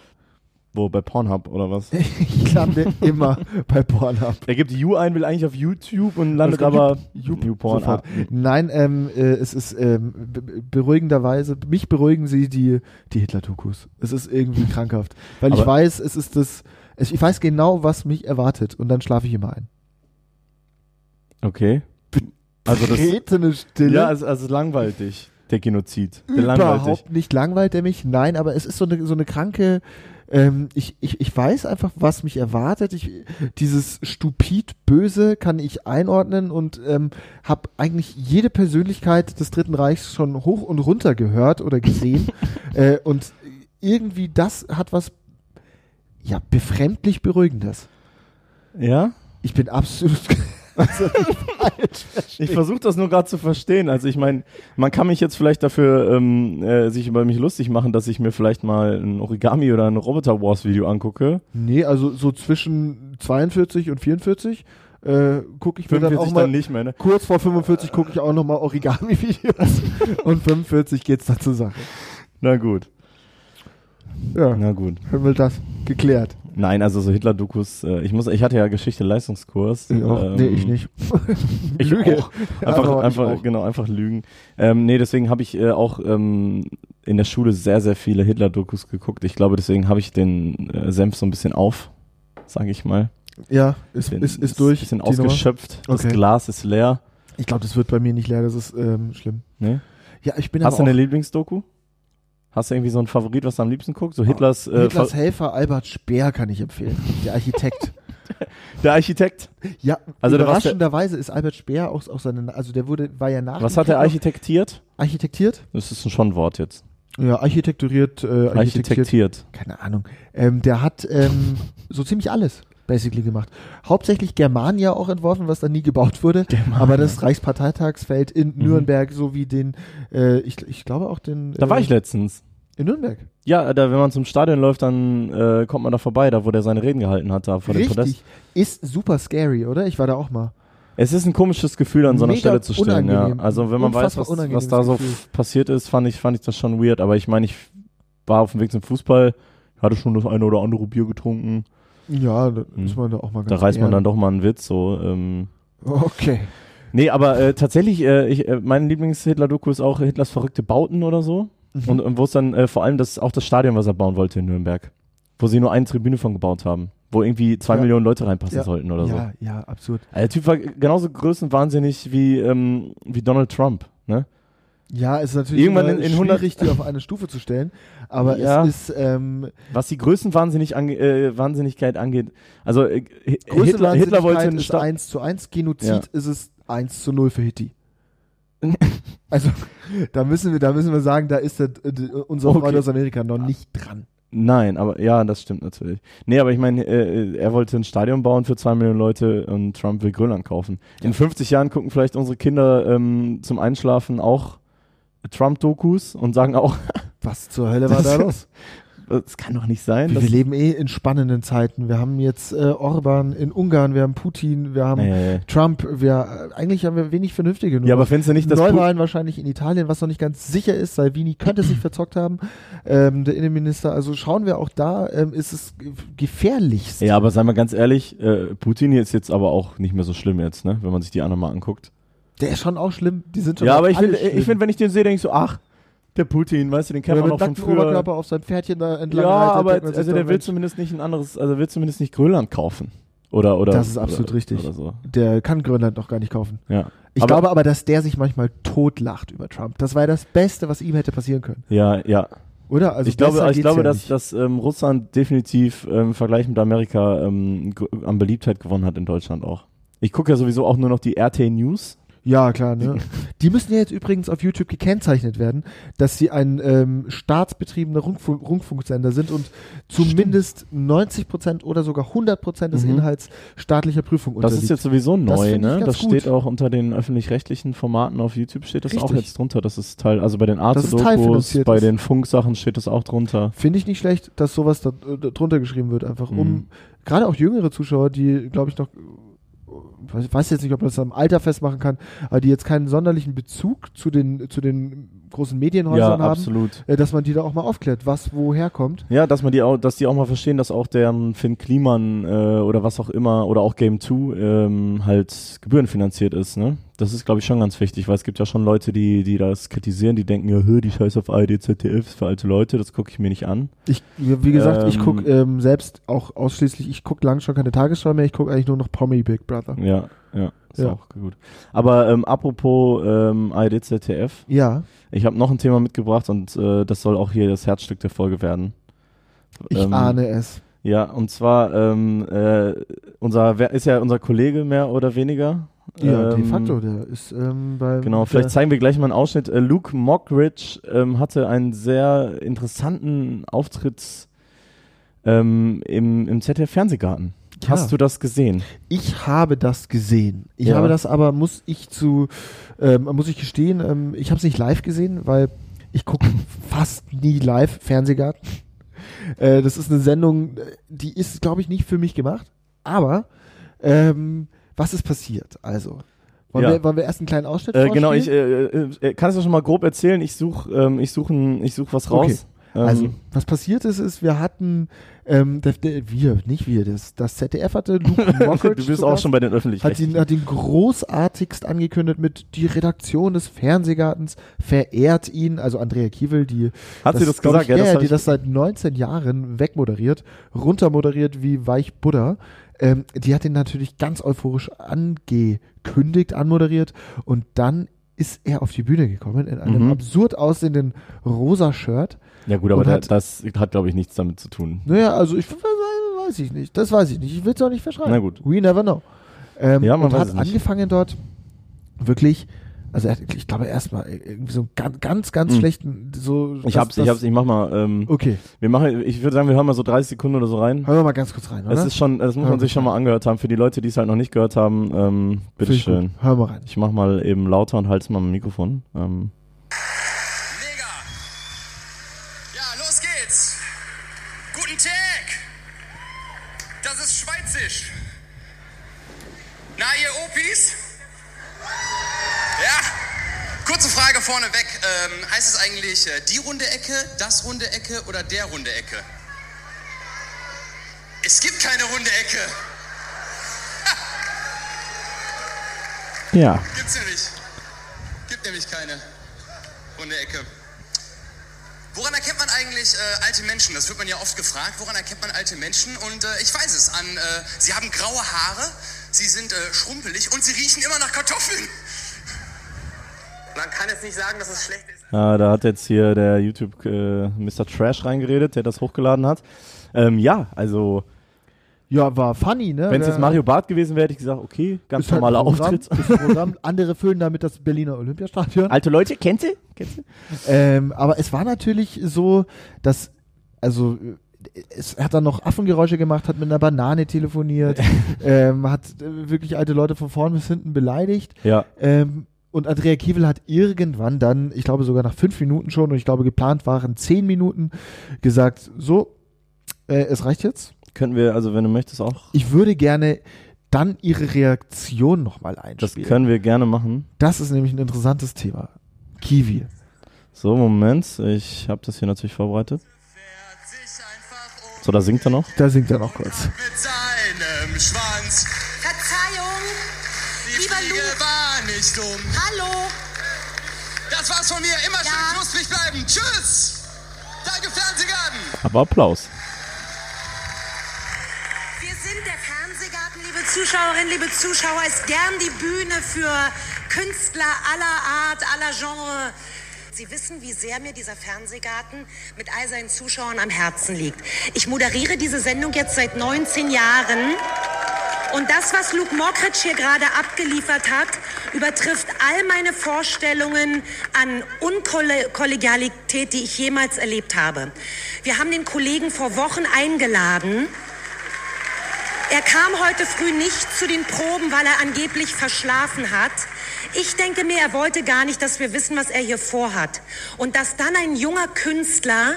Speaker 2: Wo, bei Pornhub oder was?
Speaker 1: ich lande immer bei Pornhub.
Speaker 2: Er gibt You ein, will eigentlich auf YouTube und landet
Speaker 1: kommt
Speaker 2: aber
Speaker 1: Jupp,
Speaker 2: YouPorn
Speaker 1: sofort.
Speaker 2: ab.
Speaker 1: Nein, ähm, äh, es ist ähm, be- be- beruhigenderweise, mich beruhigen sie die, die Hitler-Dokus. Es ist irgendwie krankhaft. Weil ich
Speaker 2: Aber-
Speaker 1: weiß, es ist das, es, ich weiß genau, was mich erwartet und dann schlafe ich immer ein.
Speaker 2: Okay. Also das,
Speaker 1: Betretene Stille.
Speaker 2: ja, also, also langweilt dich, der Genozid. Der langweilt dich.
Speaker 1: überhaupt nicht langweilt er mich. Nein, aber es ist so eine, so eine kranke. Ähm, ich, ich, ich weiß einfach, was mich erwartet. Ich, dieses stupid Böse kann ich einordnen und ähm, habe eigentlich jede Persönlichkeit des Dritten Reichs schon hoch und runter gehört oder gesehen. äh, und irgendwie das hat was ja befremdlich Beruhigendes.
Speaker 2: Ja?
Speaker 1: Ich bin absolut also,
Speaker 2: Ich versuche das nur gerade zu verstehen. Also ich meine, man kann mich jetzt vielleicht dafür ähm, äh, sich über mich lustig machen, dass ich mir vielleicht mal ein Origami oder ein Roboter Wars Video angucke.
Speaker 1: nee, also so zwischen 42 und 44 äh, gucke ich mir dann auch
Speaker 2: 45
Speaker 1: mal
Speaker 2: dann nicht mehr, ne?
Speaker 1: kurz vor 45 gucke ich auch nochmal Origami-Videos und 45 geht's dann zur Sache.
Speaker 2: Na gut.
Speaker 1: Ja,
Speaker 2: Na gut.
Speaker 1: haben wir das geklärt.
Speaker 2: Nein, also so Hitler-Dokus, äh, ich muss, ich hatte ja Geschichte Leistungskurs. Ähm,
Speaker 1: nee, ich nicht.
Speaker 2: Ich
Speaker 1: Lüge.
Speaker 2: auch. Einfach,
Speaker 1: Aber ich
Speaker 2: einfach,
Speaker 1: auch.
Speaker 2: genau, einfach lügen. Ähm, nee, deswegen habe ich äh, auch ähm, in der Schule sehr, sehr viele Hitler-Dokus geguckt. Ich glaube, deswegen habe ich den äh, Senf so ein bisschen auf, sage ich mal.
Speaker 1: Ja, ist,
Speaker 2: Den-
Speaker 1: ist, ist durch.
Speaker 2: Bisschen
Speaker 1: die Nummer.
Speaker 2: ausgeschöpft. Das
Speaker 1: Okay.
Speaker 2: Glas ist leer.
Speaker 1: Ich glaube, das wird bei mir nicht leer, das ist ähm, schlimm.
Speaker 2: Nee?
Speaker 1: Ja, ich bin
Speaker 2: Hast du
Speaker 1: aber
Speaker 2: eine
Speaker 1: auch
Speaker 2: Lieblingsdoku? Hast du irgendwie so einen Favorit, was du am liebsten guckst? So Hitlers, äh,
Speaker 1: Ah, Hitlers
Speaker 2: Fa-
Speaker 1: Helfer Albert Speer kann ich empfehlen, der Architekt.
Speaker 2: der Architekt.
Speaker 1: Ja,
Speaker 2: Also da war's der-
Speaker 1: überraschenderweise ist Albert Speer auch, auch seine, also der wurde, war ja nach
Speaker 2: Was
Speaker 1: dem
Speaker 2: hat
Speaker 1: Krieg
Speaker 2: er
Speaker 1: noch
Speaker 2: architektiert?
Speaker 1: architektiert?
Speaker 2: Das ist schon ein Wort jetzt.
Speaker 1: Ja, architekturiert, äh, architektiert,
Speaker 2: Architektiert.
Speaker 1: keine Ahnung, ähm, der hat ähm, so ziemlich alles basically gemacht. Hauptsächlich Germania auch entworfen, was dann nie gebaut wurde. Aber das Reichsparteitagsfeld in
Speaker 2: Mhm.
Speaker 1: Nürnberg sowie den, äh, ich, ich glaube auch den.
Speaker 2: Da
Speaker 1: äh,
Speaker 2: war ich letztens.
Speaker 1: In Nürnberg.
Speaker 2: Ja, da, wenn man zum Stadion läuft, dann äh, kommt man da vorbei, da wo der seine Reden gehalten hat, da vor dem Podest.
Speaker 1: Richtig. Ist super scary, oder? Ich war da auch mal.
Speaker 2: Es ist ein komisches Gefühl, an so einer
Speaker 1: Mega
Speaker 2: Stelle zu stehen. Ja.
Speaker 1: unangenehm.
Speaker 2: Also wenn man
Speaker 1: Unfassbar
Speaker 2: weiß, was,
Speaker 1: unangenehmes
Speaker 2: was da so
Speaker 1: Gefühl.
Speaker 2: f- passiert ist, fand ich, fand ich das schon weird. Aber ich meine, ich war auf dem Weg zum Fußball, hatte schon das eine oder andere Bier getrunken.
Speaker 1: Ja, da
Speaker 2: Hm.
Speaker 1: ist man Mhm. da auch mal ganz
Speaker 2: Da reißt man dann
Speaker 1: ehrlich.
Speaker 2: doch mal einen Witz so. Ähm.
Speaker 1: Okay.
Speaker 2: Nee, aber äh, tatsächlich, äh, ich, äh, mein Lieblings-Hitler-Doku ist auch Hitlers verrückte Bauten oder so.
Speaker 1: Mhm.
Speaker 2: Und, und wo es dann äh, vor allem das, auch das Stadion, was er bauen wollte in Nürnberg, wo sie nur eine Tribüne von gebaut haben, wo irgendwie zwei
Speaker 1: Ja.
Speaker 2: Millionen Leute reinpassen
Speaker 1: Ja.
Speaker 2: sollten oder so.
Speaker 1: ja, ja, absurd.
Speaker 2: Also, der Typ war genauso größenwahnsinnig wie, ähm, wie Donald Trump. Ne?
Speaker 1: Ja, es ist natürlich
Speaker 2: Irgendwann
Speaker 1: immer
Speaker 2: in- in 100
Speaker 1: schwierig, die auf eine Stufe zu stellen, aber
Speaker 2: Ja.
Speaker 1: es ist ähm,
Speaker 2: Was die Größenwahnsinnig ange äh, Wahnsinnigkeit angeht, also äh, Hi-
Speaker 1: Größe
Speaker 2: Hitler, Hitler wollte einen
Speaker 1: ist
Speaker 2: Sta
Speaker 1: 1 zu 1, Genozid
Speaker 2: Ja.
Speaker 1: ist es 1 zu 0 für Hitti. also da müssen wir, da müssen wir sagen, da ist der, d- unser Freund
Speaker 2: Okay.
Speaker 1: aus Amerika noch nicht dran.
Speaker 2: Nein, aber ja, das stimmt natürlich. Nee, aber ich meine, äh, er wollte ein Stadion bauen für zwei Millionen Leute und Trump will Grönland kaufen. In 50 Jahren gucken vielleicht unsere Kinder ähm, zum Einschlafen auch Trump-Dokus und sagen auch,
Speaker 1: Was zur Hölle war
Speaker 2: Das-
Speaker 1: da los?
Speaker 2: das kann doch nicht sein.
Speaker 1: Wir
Speaker 2: dass-
Speaker 1: leben eh in spannenden Zeiten. Wir haben jetzt äh, Orban in Ungarn, wir haben Putin, wir haben
Speaker 2: Nee.
Speaker 1: Trump, wir äh, eigentlich haben wir wenig vernünftige Nummer.
Speaker 2: Ja, aber findest du nicht, dass Putin,
Speaker 1: Neuwahlen wahrscheinlich in Italien, was noch nicht ganz sicher ist. Salvini könnte sich verzockt haben, ähm, der Innenminister. Also schauen wir auch da, ähm, ist es ge- gefährlichst.
Speaker 2: Ja, aber seien wir ganz ehrlich, äh, Putin hier ist jetzt aber auch nicht mehr so schlimm jetzt, ne? wenn man sich die anderen mal anguckt.
Speaker 1: Der ist schon auch schlimm. Die sind schon
Speaker 2: ja,
Speaker 1: auch
Speaker 2: aber ich
Speaker 1: alle
Speaker 2: finde,
Speaker 1: schlimm.
Speaker 2: ich find, wenn ich den sehe, denke ich so, ach, der Putin, weißt du, den
Speaker 1: Wenn
Speaker 2: kennt
Speaker 1: er
Speaker 2: man
Speaker 1: mit
Speaker 2: noch von
Speaker 1: nacktem
Speaker 2: früher.
Speaker 1: Oberkörper auf seinem Pferdchen da entlang
Speaker 2: Ja,
Speaker 1: reitet, denkt
Speaker 2: aber
Speaker 1: man
Speaker 2: jetzt,
Speaker 1: sich
Speaker 2: also
Speaker 1: doch,
Speaker 2: der will
Speaker 1: Mensch,
Speaker 2: zumindest nicht ein anderes, also will zumindest nicht Grönland kaufen. Oder, oder.
Speaker 1: Das ist absolut
Speaker 2: oder,
Speaker 1: richtig.
Speaker 2: Oder so.
Speaker 1: der kann Grönland noch gar nicht kaufen.
Speaker 2: Ja.
Speaker 1: Ich
Speaker 2: Aber-
Speaker 1: glaube aber, dass der sich manchmal totlacht über Trump. Das war ja das Beste, was ihm hätte passieren können.
Speaker 2: Ja, ja.
Speaker 1: Oder? Also
Speaker 2: ich glaube,
Speaker 1: besser
Speaker 2: ich
Speaker 1: geht's
Speaker 2: glaube,
Speaker 1: ja
Speaker 2: dass,
Speaker 1: nicht.
Speaker 2: dass ähm, Russland definitiv ähm, im Vergleich mit Amerika ähm, gr- an Beliebtheit gewonnen hat in Deutschland auch. Ich gucke ja sowieso auch nur noch die RT News.
Speaker 1: Ja, klar, ne? Die müssen ja jetzt übrigens auf YouTube gekennzeichnet werden, dass sie ein ähm, staatsbetriebener Rundfunk Rundfunksender sind und zumindest 90 Prozent oder sogar 100 Prozent des
Speaker 2: Mhm.
Speaker 1: Inhalts staatlicher Prüfung
Speaker 2: Das
Speaker 1: unterliegt.
Speaker 2: ist jetzt sowieso
Speaker 1: Das
Speaker 2: neu,
Speaker 1: finde ich
Speaker 2: ne?
Speaker 1: ganz
Speaker 2: Das
Speaker 1: gut.
Speaker 2: steht auch unter den öffentlich-rechtlichen Formaten auf YouTube steht das auch
Speaker 1: Richtig.
Speaker 2: jetzt drunter. Das ist Teil, also bei den
Speaker 1: ist
Speaker 2: Arte-Dokus,
Speaker 1: teilfinanziert
Speaker 2: bei
Speaker 1: ist.
Speaker 2: den Funksachen steht das auch drunter.
Speaker 1: Finde ich nicht schlecht, dass sowas da, äh, da drunter geschrieben wird, einfach um
Speaker 2: Mhm.
Speaker 1: gerade auch jüngere Zuschauer, die, glaube ich, noch, ich weiß jetzt nicht, ob man das am Alter festmachen kann, aber die jetzt keinen sonderlichen Bezug zu den, zu den großen
Speaker 2: Ja,
Speaker 1: Medienhäusern haben,
Speaker 2: absolut.
Speaker 1: äh, dass man die da auch mal aufklärt, was woher kommt.
Speaker 2: Ja, dass man die auch, dass die auch mal verstehen, dass auch deren Finn Kliman äh, oder was auch immer oder auch Game 2 ähm, halt gebührenfinanziert ist, ne? Das ist, glaube ich, schon ganz wichtig, weil es gibt ja schon Leute, die, die das kritisieren, die denken, ja, hö, die Scheiße auf ARD, ZDF ist für alte Leute, das gucke ich mir nicht an.
Speaker 1: Ich, wie gesagt, ich
Speaker 2: Ähm,
Speaker 1: gucke ähm, selbst auch ausschließlich, ich gucke lange schon keine Tagesschau mehr, ich gucke eigentlich nur noch Promi Big Brother.
Speaker 2: Ja, ja, ist
Speaker 1: Ja.
Speaker 2: auch gut. Aber ähm, apropos ähm, ARD, ZDF,
Speaker 1: Ja,
Speaker 2: ich habe noch ein Thema mitgebracht und äh, das soll auch hier das Herzstück der Folge werden.
Speaker 1: ich
Speaker 2: Ähm,
Speaker 1: ahne es.
Speaker 2: Ja, und zwar ähm, äh, unser wer ist ja unser Kollege mehr oder weniger.
Speaker 1: Ja,
Speaker 2: ähm,
Speaker 1: de facto, der ist ähm, bei.
Speaker 2: Genau,
Speaker 1: der-
Speaker 2: vielleicht zeigen wir gleich mal einen Ausschnitt. Äh, Luke Mockridge ähm, hatte einen sehr interessanten Auftritt ähm, im, im ZDF-Fernsehgarten.
Speaker 1: Ja.
Speaker 2: Hast du das gesehen?
Speaker 1: Ich habe das gesehen. Ich
Speaker 2: Ja.
Speaker 1: habe das aber, muss ich zu, ähm, muss ich gestehen, ähm, ich habe es nicht live gesehen, weil ich gucke fast nie live Fernsehgarten. Äh, das ist eine Sendung, äh, die ist, glaube ich, nicht für mich gemacht. Aber ähm, was ist passiert? Also, wollen,
Speaker 2: Ja.
Speaker 1: wir, wollen wir erst einen kleinen Ausschnitt
Speaker 2: Äh, genau, ich
Speaker 1: vorspielen?
Speaker 2: äh, äh, äh, kann es ja schon mal grob erzählen. Ich suche ähm, ich such ein- ich such was raus. Ähm,
Speaker 1: Also, was passiert ist, ist, wir hatten, ähm, der, der, wir, nicht wir, das, das ZDF hatte Luke Mockridge
Speaker 2: du bist
Speaker 1: zu
Speaker 2: auch
Speaker 1: Gast.
Speaker 2: schon bei den
Speaker 1: hat ihn,
Speaker 2: Öffentlichen.
Speaker 1: hat ihn großartigst angekündigt mit die Redaktion des Fernsehgartens verehrt ihn, also Andrea Kiewel, die
Speaker 2: Hat sie das
Speaker 1: glaub
Speaker 2: gesagt?
Speaker 1: ich, der,
Speaker 2: hab
Speaker 1: die
Speaker 2: ich-
Speaker 1: das seit 19 Jahren wegmoderiert, runtermoderiert wie weich Buddha. Ähm, die hat ihn natürlich ganz euphorisch angekündigt, anmoderiert und dann ist er auf die Bühne gekommen in einem
Speaker 2: Mhm.
Speaker 1: absurd aussehenden rosa Shirt.
Speaker 2: ja gut, aber
Speaker 1: und
Speaker 2: da,
Speaker 1: hat-
Speaker 2: das hat, glaube ich, nichts damit zu tun.
Speaker 1: Naja, also ich weiß ich nicht, das weiß ich nicht, ich will es auch nicht verschreiben.
Speaker 2: Na gut.
Speaker 1: We never know. Ähm,
Speaker 2: Ja, man
Speaker 1: und
Speaker 2: weiß
Speaker 1: hat
Speaker 2: es nicht.
Speaker 1: angefangen dort wirklich, also er hat, ich glaube erstmal irgendwie so einen ganz, ganz, ganz
Speaker 2: Mhm.
Speaker 1: schlechten, so.
Speaker 2: Ich
Speaker 1: das-
Speaker 2: hab's, ich
Speaker 1: das-
Speaker 2: hab's, ich mach mal. Ähm,
Speaker 1: Okay,
Speaker 2: Wir machen, ich würde sagen, wir hören mal so 30 Sekunden oder so rein.
Speaker 1: hören wir mal ganz kurz rein, oder?
Speaker 2: Es ist schon, das muss man sich schon mal angehört haben. Für die Leute, die es halt noch nicht gehört haben, ähm,
Speaker 1: Finde ich
Speaker 2: bitteschön.
Speaker 1: gut. Hören wir rein.
Speaker 2: Ich mach mal eben lauter und halte mal am Mikrofon. Ähm,
Speaker 3: Mega! Ja, los geht's! Guten Tag! Das ist Schweizisch! Na, ihr Opis? Ja! Kurze Frage vorneweg. Ähm, heißt es eigentlich äh, die runde Ecke, das runde Ecke oder der runde Ecke? Es gibt keine runde Ecke.
Speaker 2: Ja.
Speaker 3: Gibt's nämlich. Gibt nämlich keine runde Ecke. Woran erkennt man eigentlich äh, alte Menschen? Das wird man ja oft gefragt. Woran erkennt man alte Menschen? Und äh, ich weiß es. An, äh, sie haben graue Haare, sie sind äh, schrumpelig und sie riechen immer nach Kartoffeln. Man kann jetzt nicht sagen, dass es schlecht ist.
Speaker 2: Ah, da hat jetzt hier der YouTube äh, Mr. Trash reingeredet, der das hochgeladen hat. Ähm, ja, also
Speaker 1: Ja, war funny, ne?
Speaker 2: wenn es jetzt
Speaker 1: Wer-
Speaker 2: Mario Barth gewesen wäre, hätte ich gesagt, okay, ganz
Speaker 1: Ist halt
Speaker 2: normaler
Speaker 1: ein Programm,
Speaker 2: Auftritt.
Speaker 1: Ist ein Programm. Andere füllen damit das Berliner Olympiastadion.
Speaker 2: Alte Leute, kennt ihr? Kennt ihr?
Speaker 1: Ähm, aber es war natürlich so, dass, also, äh, es hat dann noch Affengeräusche gemacht, hat mit einer Banane telefoniert, ähm, hat äh, wirklich alte Leute von vorn bis hinten beleidigt.
Speaker 2: Ja.
Speaker 1: Ähm, und Andrea Kiewel hat irgendwann dann, ich glaube sogar nach fünf Minuten schon, und ich glaube geplant waren zehn Minuten, gesagt, so, äh, es reicht jetzt.
Speaker 2: Könnten wir, also wenn du möchtest, auch.
Speaker 1: Ich würde gerne dann ihre Reaktion nochmal
Speaker 2: Das
Speaker 1: einspielen.
Speaker 2: können wir gerne machen.
Speaker 1: das ist nämlich ein interessantes Thema. Kiwi.
Speaker 2: So, Moment, ich habe das hier natürlich vorbereitet.
Speaker 3: um
Speaker 2: So, da singt er noch.
Speaker 1: Da singt er noch kurz.
Speaker 3: Mit seinem Schwanz.
Speaker 4: Verzeihung.
Speaker 3: Die
Speaker 4: Lieber
Speaker 3: Fliege
Speaker 4: Luke.
Speaker 3: war nicht dumm.
Speaker 4: Hallo.
Speaker 3: Das war's von mir. Immer
Speaker 4: Ja.
Speaker 3: schön knusprig bleiben. Tschüss. Danke, Fernsehgarten.
Speaker 2: Aber Applaus.
Speaker 4: Wir sind der Fernsehgarten, liebe Zuschauerinnen, liebe Zuschauer, ist gern die Bühne für Künstler aller Art, aller Genre. Sie wissen, wie sehr mir dieser Fernsehgarten mit all seinen Zuschauern am Herzen liegt. Ich moderiere diese Sendung jetzt seit 19 Jahren. Und das, was Luke Mockridge hier gerade abgeliefert hat, übertrifft all meine Vorstellungen an Unkollegialität, die ich jemals erlebt habe. Wir haben den Kollegen vor Wochen eingeladen. Er kam heute früh nicht zu den Proben, weil er angeblich verschlafen hat. Ich denke mir, er wollte gar nicht, dass wir wissen, was er hier vorhat. Und dass dann ein junger Künstler,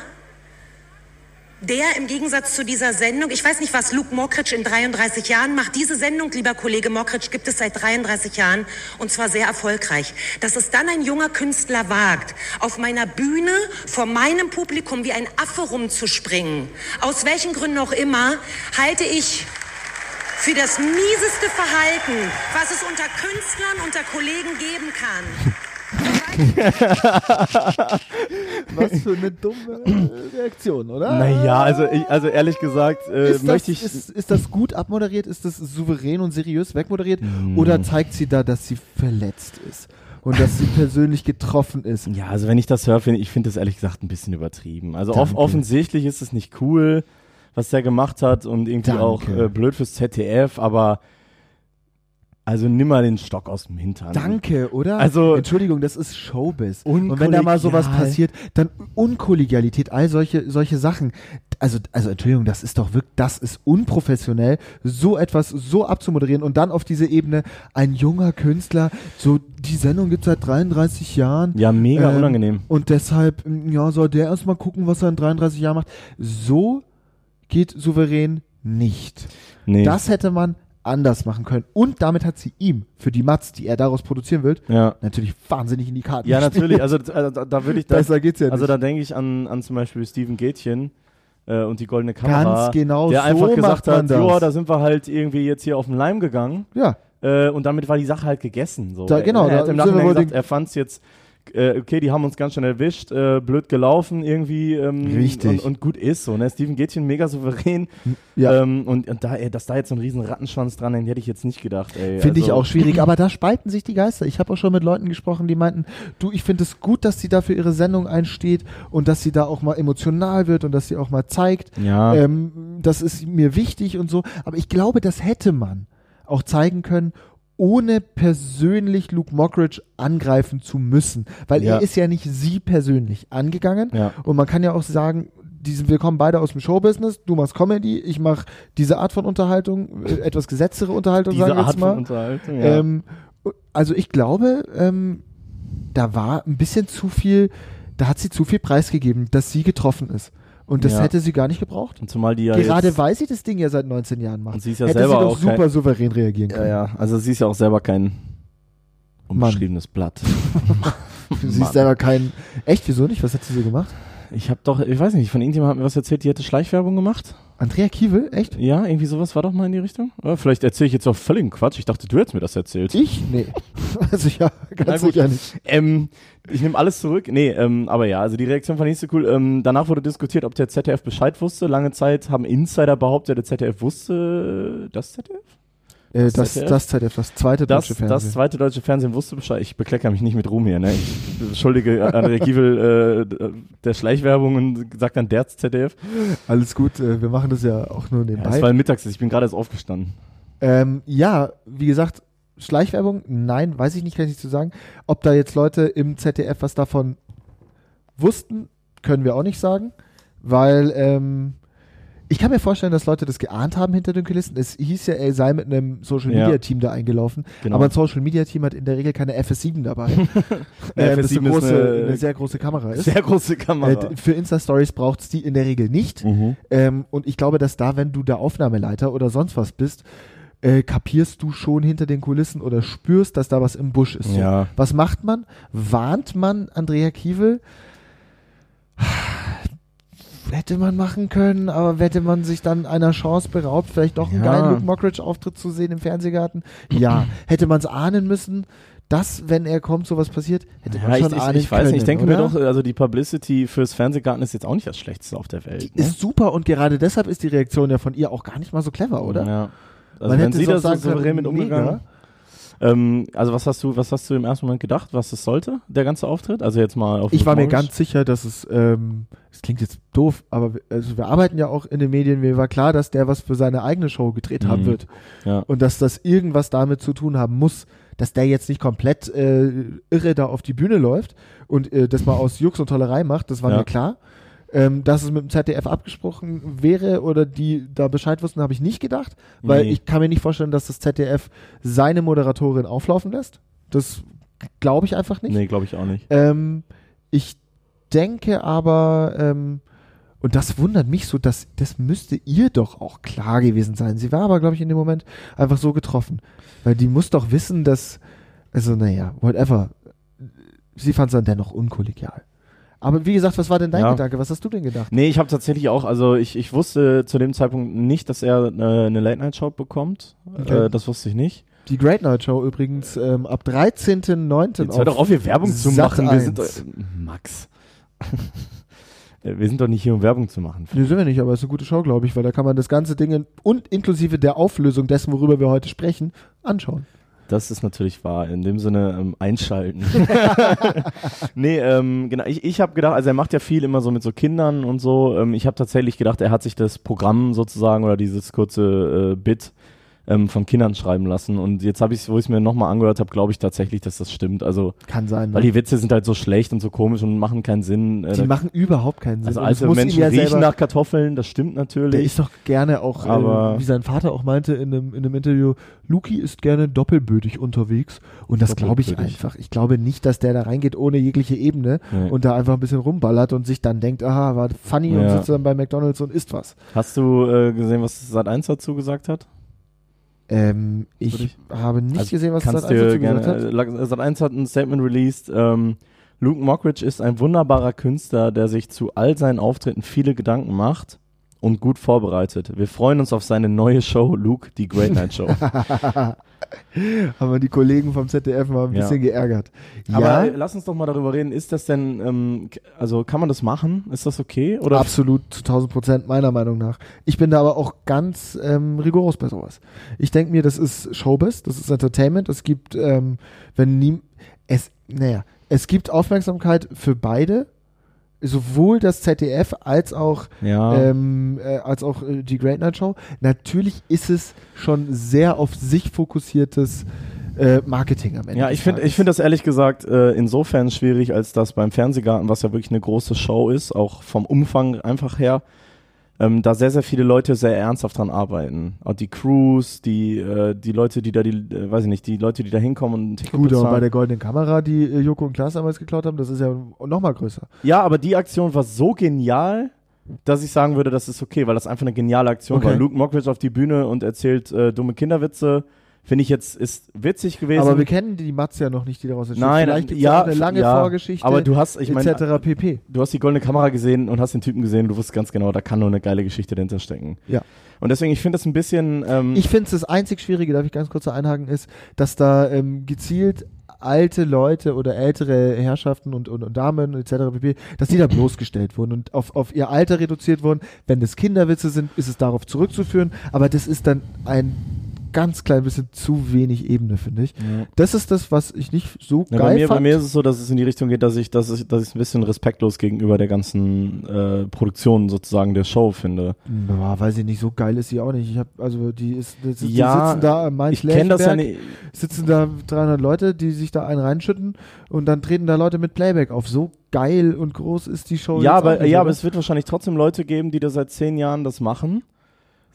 Speaker 4: der im Gegensatz zu dieser Sendung, ich weiß nicht, was Luke Mockridge in 33 Jahren macht, diese Sendung, lieber Kollege Mockridge, gibt es seit 33 Jahren und zwar sehr erfolgreich. Dass es dann ein junger Künstler wagt, auf meiner Bühne vor meinem Publikum wie ein Affe rumzuspringen, aus welchen Gründen auch immer, halte ich für das mieseste Verhalten, was es unter Künstlern, unter Kollegen geben kann.
Speaker 1: Was für eine dumme Reaktion, oder?
Speaker 2: Naja, also, ich, also ehrlich gesagt, äh,
Speaker 1: Ist das,
Speaker 2: möchte ich.
Speaker 1: ist, ist das gut abmoderiert? Ist das souverän und seriös wegmoderiert?
Speaker 2: Mm.
Speaker 1: Oder zeigt sie da, dass sie verletzt ist? Und dass sie persönlich getroffen ist?
Speaker 2: ja, also wenn ich das höre, finde ich finde das ehrlich gesagt ein bisschen übertrieben. Also off
Speaker 1: Danke.
Speaker 2: offensichtlich ist es nicht cool, was der gemacht hat und irgendwie
Speaker 1: Danke.
Speaker 2: auch äh, blöd fürs ZDF, aber also nimm mal den Stock aus dem Hintern.
Speaker 1: Danke, oder?
Speaker 2: Also-
Speaker 1: Entschuldigung, das ist Showbiz. Und wenn da mal sowas
Speaker 2: Unkollegial.
Speaker 1: passiert, dann Unkollegialität, all solche, solche Sachen. Also, also Entschuldigung, das ist doch wirklich, das ist unprofessionell, so etwas so abzumoderieren und dann auf diese Ebene ein junger Künstler, so die Sendung gibt es seit 33 Jahren.
Speaker 2: Ja, mega
Speaker 1: Ähm,
Speaker 2: unangenehm.
Speaker 1: Und deshalb, m, ja, soll der erstmal gucken, was er in 33 Jahren macht. So geht souverän nicht.
Speaker 2: Nee.
Speaker 1: Das hätte man anders machen können. Und damit hat sie ihm für die Mats, die er daraus produzieren will,
Speaker 2: ja.
Speaker 1: natürlich wahnsinnig in die Karten
Speaker 2: Ja,
Speaker 1: gespielt.
Speaker 2: natürlich. Also da, da- da würde ich da,
Speaker 1: Besser geht's ja nicht.
Speaker 2: Also da denke ich an, an zum Beispiel Steven Gätchen äh, und die goldene Kamera.
Speaker 1: Ganz genau
Speaker 2: Der
Speaker 1: so
Speaker 2: einfach
Speaker 1: macht
Speaker 2: gesagt
Speaker 1: man
Speaker 2: hat,
Speaker 1: das.
Speaker 2: ja, da sind wir halt irgendwie jetzt hier auf den Leim gegangen
Speaker 1: Ja,
Speaker 2: äh, und damit war die Sache halt gegessen. So.
Speaker 1: Da-
Speaker 2: Er-
Speaker 1: genau,
Speaker 2: er
Speaker 1: da
Speaker 2: hat im
Speaker 1: sind wir
Speaker 2: Nachhinein
Speaker 1: wohl
Speaker 2: gesagt,
Speaker 1: den-
Speaker 2: er fand es jetzt äh, okay, die haben uns ganz schön erwischt, äh, blöd gelaufen irgendwie ähm,
Speaker 1: Richtig.
Speaker 2: Und, und gut ist so. Ne? Steven Gätchen mega souverän
Speaker 1: ja.
Speaker 2: ähm, und, und da, ey, dass da jetzt so ein riesen Rattenschwanz dran hängt, hätte ich jetzt nicht gedacht. ey.
Speaker 1: Finde ich
Speaker 2: Also-
Speaker 1: auch schwierig, aber da spalten sich die Geister. Ich habe auch schon mit Leuten gesprochen, die meinten, du, ich finde es gut, dass sie da für ihre Sendung einsteht und dass sie da auch mal emotional wird und dass sie auch mal zeigt,
Speaker 2: Ja.
Speaker 1: ähm, das ist mir wichtig und so. Aber ich glaube, das hätte man auch zeigen können, ohne persönlich Luke Mockridge angreifen zu müssen. Weil
Speaker 2: Ja.
Speaker 1: er ist ja nicht sie persönlich angegangen.
Speaker 2: Ja.
Speaker 1: Und man kann ja auch sagen, diesen, wir kommen beide aus dem Showbusiness, du machst Comedy, ich mache diese Art von Unterhaltung, äh, etwas gesetztere Unterhaltung,
Speaker 2: diese
Speaker 1: sagen wir
Speaker 2: Art
Speaker 1: jetzt mal.
Speaker 2: von Unterhaltung. Ja.
Speaker 1: Ähm, also ich glaube, ähm, da war ein bisschen zu viel, da hat sie zu viel preisgegeben, dass sie getroffen ist. Und das
Speaker 2: Ja.
Speaker 1: hätte sie gar nicht gebraucht.
Speaker 2: und zumal die ja jetzt,
Speaker 1: Gerade weil sie das Ding ja seit 19 Jahren macht.
Speaker 2: Und sie ist ja
Speaker 1: hätte
Speaker 2: selber
Speaker 1: sie doch
Speaker 2: auch kein-
Speaker 1: super souverän reagieren
Speaker 2: Ja,
Speaker 1: können.
Speaker 2: ja, also sie ist ja auch selber kein unbeschriebenes Blatt.
Speaker 1: Sie ist selber kein... Echt, wieso nicht? Was hat sie so gemacht?
Speaker 2: Ich habe doch, ich weiß nicht, von irgendjemandem hat mir was erzählt, die hätte Schleichwerbung gemacht.
Speaker 1: Andrea Kiewel, echt?
Speaker 2: Ja, irgendwie sowas war doch mal in die Richtung. Oder Äh, vielleicht erzähle ich jetzt auch völligen Quatsch. Ich dachte, du hättest mir das erzählt.
Speaker 1: Ich? Nee. Also ja,
Speaker 2: Na
Speaker 1: ganz
Speaker 2: gut.
Speaker 1: sicher nicht.
Speaker 2: Ähm, ich nehme alles zurück. Nee, ähm, aber ja, also die Reaktion fand ich nicht so cool. Ähm, danach wurde diskutiert, ob der ZDF Bescheid wusste. Lange Zeit haben Insider behauptet, der ZDF wusste das ZDF?
Speaker 1: Äh, das,
Speaker 2: ZDF?
Speaker 1: das ZDF, das zweite
Speaker 2: Das,
Speaker 1: deutsche
Speaker 2: das
Speaker 1: Fernsehen.
Speaker 2: zweite deutsche Fernsehen wusste Bescheid. Ich bekleckere mich nicht mit Ruhm hier, ne? Ich entschuldige Andrea Kiewel äh, der Schleichwerbung und sagt dann der ZDF.
Speaker 1: Alles gut, äh, wir machen das ja auch nur
Speaker 2: Ja,
Speaker 1: nebenbei.
Speaker 2: es war ein Mittagsessen, ich bin gerade erst aufgestanden.
Speaker 1: Ähm, ja, wie gesagt, Schleichwerbung, nein, weiß ich nicht, kann ich nicht zu sagen. Ob da jetzt Leute im ZDF was davon wussten, können wir auch nicht sagen, weil ähm, ich kann mir vorstellen, dass Leute das geahnt haben hinter den Kulissen. Es hieß ja, er sei mit einem Social
Speaker 2: Ja.
Speaker 1: Media Team da eingelaufen,
Speaker 2: Genau.
Speaker 1: aber ein Social Media Team hat in der Regel keine FS7 dabei.
Speaker 2: Eine
Speaker 1: Ähm, das
Speaker 2: FS7 ist
Speaker 1: große,
Speaker 2: eine-
Speaker 1: eine sehr große Kamera ist.
Speaker 2: Sehr große
Speaker 1: Äh,
Speaker 2: Kamera.
Speaker 1: d- für Insta-Stories braucht es die in der Regel nicht.
Speaker 2: Mhm.
Speaker 1: Ähm, und ich glaube, dass da, wenn du der Aufnahmeleiter oder sonst was bist, äh, kapierst du schon hinter den Kulissen oder spürst, dass da was im Busch ist. So.
Speaker 2: Ja.
Speaker 1: Was macht man? Warnt man Andrea Kiewel? Hätte man machen können, aber hätte man sich dann einer Chance beraubt, vielleicht doch einen
Speaker 2: Ja.
Speaker 1: geilen Luke Mockridge-Auftritt zu sehen im Fernsehgarten? Ja. hätte man es ahnen müssen, dass, wenn er kommt, sowas passiert? Hätte man
Speaker 2: Ja, ich,
Speaker 1: schon ahnen
Speaker 2: ich, ich weiß
Speaker 1: können,
Speaker 2: nicht, ich denke
Speaker 1: oder?
Speaker 2: mir doch, also die Publicity fürs Fernsehgarten ist jetzt auch nicht das Schlechteste auf der Welt. ne?
Speaker 1: Die ist super und gerade deshalb ist die Reaktion ja von ihr auch gar nicht mal so clever, oder?
Speaker 2: Ja. Also
Speaker 1: Man
Speaker 2: wenn
Speaker 1: hätte
Speaker 2: sie
Speaker 1: es auch
Speaker 2: da so
Speaker 1: sagen
Speaker 2: souverän
Speaker 1: können,
Speaker 2: mit umgegangen. Ähm, also was hast du, was hast du im ersten Moment gedacht, was das sollte, der ganze Auftritt? Also jetzt mal auf
Speaker 1: Ich war mir
Speaker 2: Morgens.
Speaker 1: ganz sicher, dass es, ähm, es klingt jetzt doof, aber wir, also wir arbeiten ja auch in den Medien, mir war klar, dass der was für seine eigene Show gedreht haben
Speaker 2: Mhm.
Speaker 1: wird
Speaker 2: Ja.
Speaker 1: und dass das irgendwas damit zu tun haben muss, dass der jetzt nicht komplett äh, irre da auf die Bühne läuft und äh, das mal aus Jux und Tollerei macht, das war
Speaker 2: Ja.
Speaker 1: mir klar. Ähm, dass es mit dem ZDF abgesprochen wäre oder die da Bescheid wussten, habe ich nicht gedacht, weil
Speaker 2: Nee.
Speaker 1: ich kann mir nicht vorstellen, dass das ZDF seine Moderatorin auflaufen lässt. Das glaube ich einfach nicht.
Speaker 2: Nee, glaube ich auch nicht.
Speaker 1: Ähm, ich denke aber, ähm, und das wundert mich so, dass das müsste ihr doch auch klar gewesen sein. Sie war aber, glaube ich, in dem Moment einfach so getroffen. Weil die muss doch wissen, dass, also naja, whatever. Sie fand es dann dennoch unkollegial. Aber wie gesagt, was war denn dein
Speaker 2: Ja.
Speaker 1: Gedanke? Was hast du denn gedacht?
Speaker 2: Nee, ich habe tatsächlich auch, also ich, ich wusste zu dem Zeitpunkt nicht, dass er äh, eine Late-Night-Show bekommt.
Speaker 1: Okay.
Speaker 2: Äh, das wusste ich nicht.
Speaker 1: Die Great Night Show übrigens ähm, ab 13.09.
Speaker 2: Jetzt hör doch auf, hier Werbung zu
Speaker 1: Sat.
Speaker 2: machen. Wir sind doch,
Speaker 1: 1.
Speaker 2: Max. Äh, Wir sind doch nicht hier, um Werbung zu machen.
Speaker 1: Nee, sind wir nicht, aber es ist eine gute Show, glaube ich, weil da kann man das ganze Ding in, und inklusive der Auflösung dessen, worüber wir heute sprechen, anschauen.
Speaker 2: Das ist natürlich wahr. In dem Sinne ähm, einschalten. nee, ähm, genau. Ich, ich habe gedacht, also er macht ja viel immer so mit so Kindern und so. Ähm, ich habe tatsächlich gedacht, er hat sich das Programm sozusagen oder dieses kurze äh, Bit ähm, von Kindern schreiben lassen. Und jetzt habe ich, wo ich es mir nochmal angehört habe, glaube ich tatsächlich, dass das stimmt. Also,
Speaker 1: Kann sein.
Speaker 2: weil
Speaker 1: ne?
Speaker 2: die Witze sind halt so schlecht und so komisch und machen keinen Sinn. Äh,
Speaker 1: die machen überhaupt keinen Sinn.
Speaker 2: also
Speaker 1: Und es
Speaker 2: alte
Speaker 1: muss ihm
Speaker 2: Menschen
Speaker 1: ja
Speaker 2: riechen
Speaker 1: selber-
Speaker 2: nach Kartoffeln, das stimmt
Speaker 1: Der
Speaker 2: natürlich.
Speaker 1: ist doch gerne auch,
Speaker 2: Aber-
Speaker 1: äh, wie sein Vater auch meinte in einem, in einem Interview, Luki ist gerne doppelbödig unterwegs. Und das glaube ich
Speaker 2: Doppelbödig.
Speaker 1: einfach. Ich glaube nicht, dass der da reingeht ohne jegliche Ebene
Speaker 2: Nee.
Speaker 1: und da einfach ein bisschen rumballert und sich dann denkt, aha, war funny und
Speaker 2: Ja.
Speaker 1: sitzt dann bei McDonalds und isst was.
Speaker 2: Hast du äh, gesehen, was Sat1 dazu gesagt hat?
Speaker 1: Ähm,
Speaker 2: Würde
Speaker 1: ich
Speaker 2: ich-
Speaker 1: habe nicht
Speaker 2: Also
Speaker 1: gesehen, was das
Speaker 2: kannst
Speaker 1: dazu
Speaker 2: du
Speaker 1: gesagt
Speaker 2: gerne. äh,
Speaker 1: hat.
Speaker 2: Sat1 hat ein Statement released. Ähm, Luke Mockridge ist ein wunderbarer Künstler, der sich zu all seinen Auftritten viele Gedanken macht und gut vorbereitet. Wir freuen uns auf seine neue Show, Luke, die Great Night Show.
Speaker 1: Haben wir die Kollegen vom ZDF mal ein
Speaker 2: Ja.
Speaker 1: bisschen geärgert.
Speaker 2: Aber
Speaker 1: Ja,
Speaker 2: äh, lass uns doch mal darüber reden. Ist das denn, ähm, k- also kann man das machen? Ist das okay? Oder
Speaker 1: Absolut zu 1000 Prozent meiner Meinung nach. Ich bin da aber auch ganz ähm, rigoros bei sowas. Ich denke mir, das ist Showbiz, das ist Entertainment. Es gibt, ähm, wenn nie, es, naja, es gibt Aufmerksamkeit für beide, sowohl das ZDF als auch
Speaker 2: ja.
Speaker 1: ähm, äh, als auch äh, die Great Night Show. Natürlich ist es schon sehr auf sich fokussiertes äh, Marketing am Ende.
Speaker 2: Ja,
Speaker 1: des
Speaker 2: ich finde
Speaker 1: Tages.
Speaker 2: ich find das ehrlich gesagt äh, insofern schwierig, als dass beim Fernsehgarten, was ja wirklich eine große Show ist, auch vom Umfang einfach her, ähm, da sehr, sehr viele Leute sehr ernsthaft dran arbeiten. Auch die Crews, die, äh, die Leute, die da, die, äh, weiß ich nicht, die Leute, die da hinkommen und ein Ticket
Speaker 1: Gut, aber bei
Speaker 2: bezahlen.
Speaker 1: der goldenen Kamera, die äh, Joko und Klaas damals geklaut haben, das ist ja nochmal größer.
Speaker 2: Ja, aber die Aktion war so genial, dass ich sagen würde, das ist okay, weil das einfach eine geniale Aktion
Speaker 1: Okay.
Speaker 2: war. Luke Mockridge auf die Bühne und erzählt äh, dumme Kinderwitze. Finde ich jetzt, ist witzig gewesen.
Speaker 1: Aber wir kennen die Mats ja noch nicht, die daraus entsteht.
Speaker 2: Nein,
Speaker 1: Vielleicht gibt's
Speaker 2: ja,
Speaker 1: auch eine lange
Speaker 2: ja,
Speaker 1: Vorgeschichte.
Speaker 2: aber du hast- ich meine-
Speaker 1: etc. pp.
Speaker 2: du hast die goldene Kamera gesehen und hast den Typen gesehen und du wusstest ganz genau, da kann nur eine geile Geschichte dahinter stecken.
Speaker 1: Ja.
Speaker 2: Und deswegen, ich finde das ein bisschen, ähm,
Speaker 1: Ich finde es das einzig Schwierige, darf ich ganz kurz da einhaken, ist, dass da ähm, gezielt alte Leute oder ältere Herrschaften und, und, und Damen etc. pp., dass die da bloßgestellt wurden und auf, auf ihr Alter reduziert wurden. Wenn das Kinderwitze sind, ist es darauf zurückzuführen, aber das ist dann ein ganz klein bisschen zu wenig Ebene, finde ich. Das ist das, was ich nicht so
Speaker 2: ja,
Speaker 1: geil
Speaker 2: bei, mir,
Speaker 1: fand.
Speaker 2: bei mir ist es so, dass es in die Richtung geht, dass ich, dass ich, dass ich ein bisschen respektlos gegenüber der ganzen äh, Produktion sozusagen der Show finde.
Speaker 1: Na, Hm, weiß ich nicht, so geil ist sie auch nicht. Ich habe also die ist die, die
Speaker 2: Ja,
Speaker 1: sitzen da am Main
Speaker 2: ich kenne das ja nicht.
Speaker 1: Sitzen da 300 Leute, die sich da einen reinschütten und dann treten da Leute mit Playback auf. So geil und groß ist die Show.
Speaker 2: Ja,
Speaker 1: jetzt auch
Speaker 2: aber,
Speaker 1: nicht,
Speaker 2: ja,
Speaker 1: oder?
Speaker 2: aber es wird wahrscheinlich trotzdem Leute geben, die da seit zehn Jahren das machen.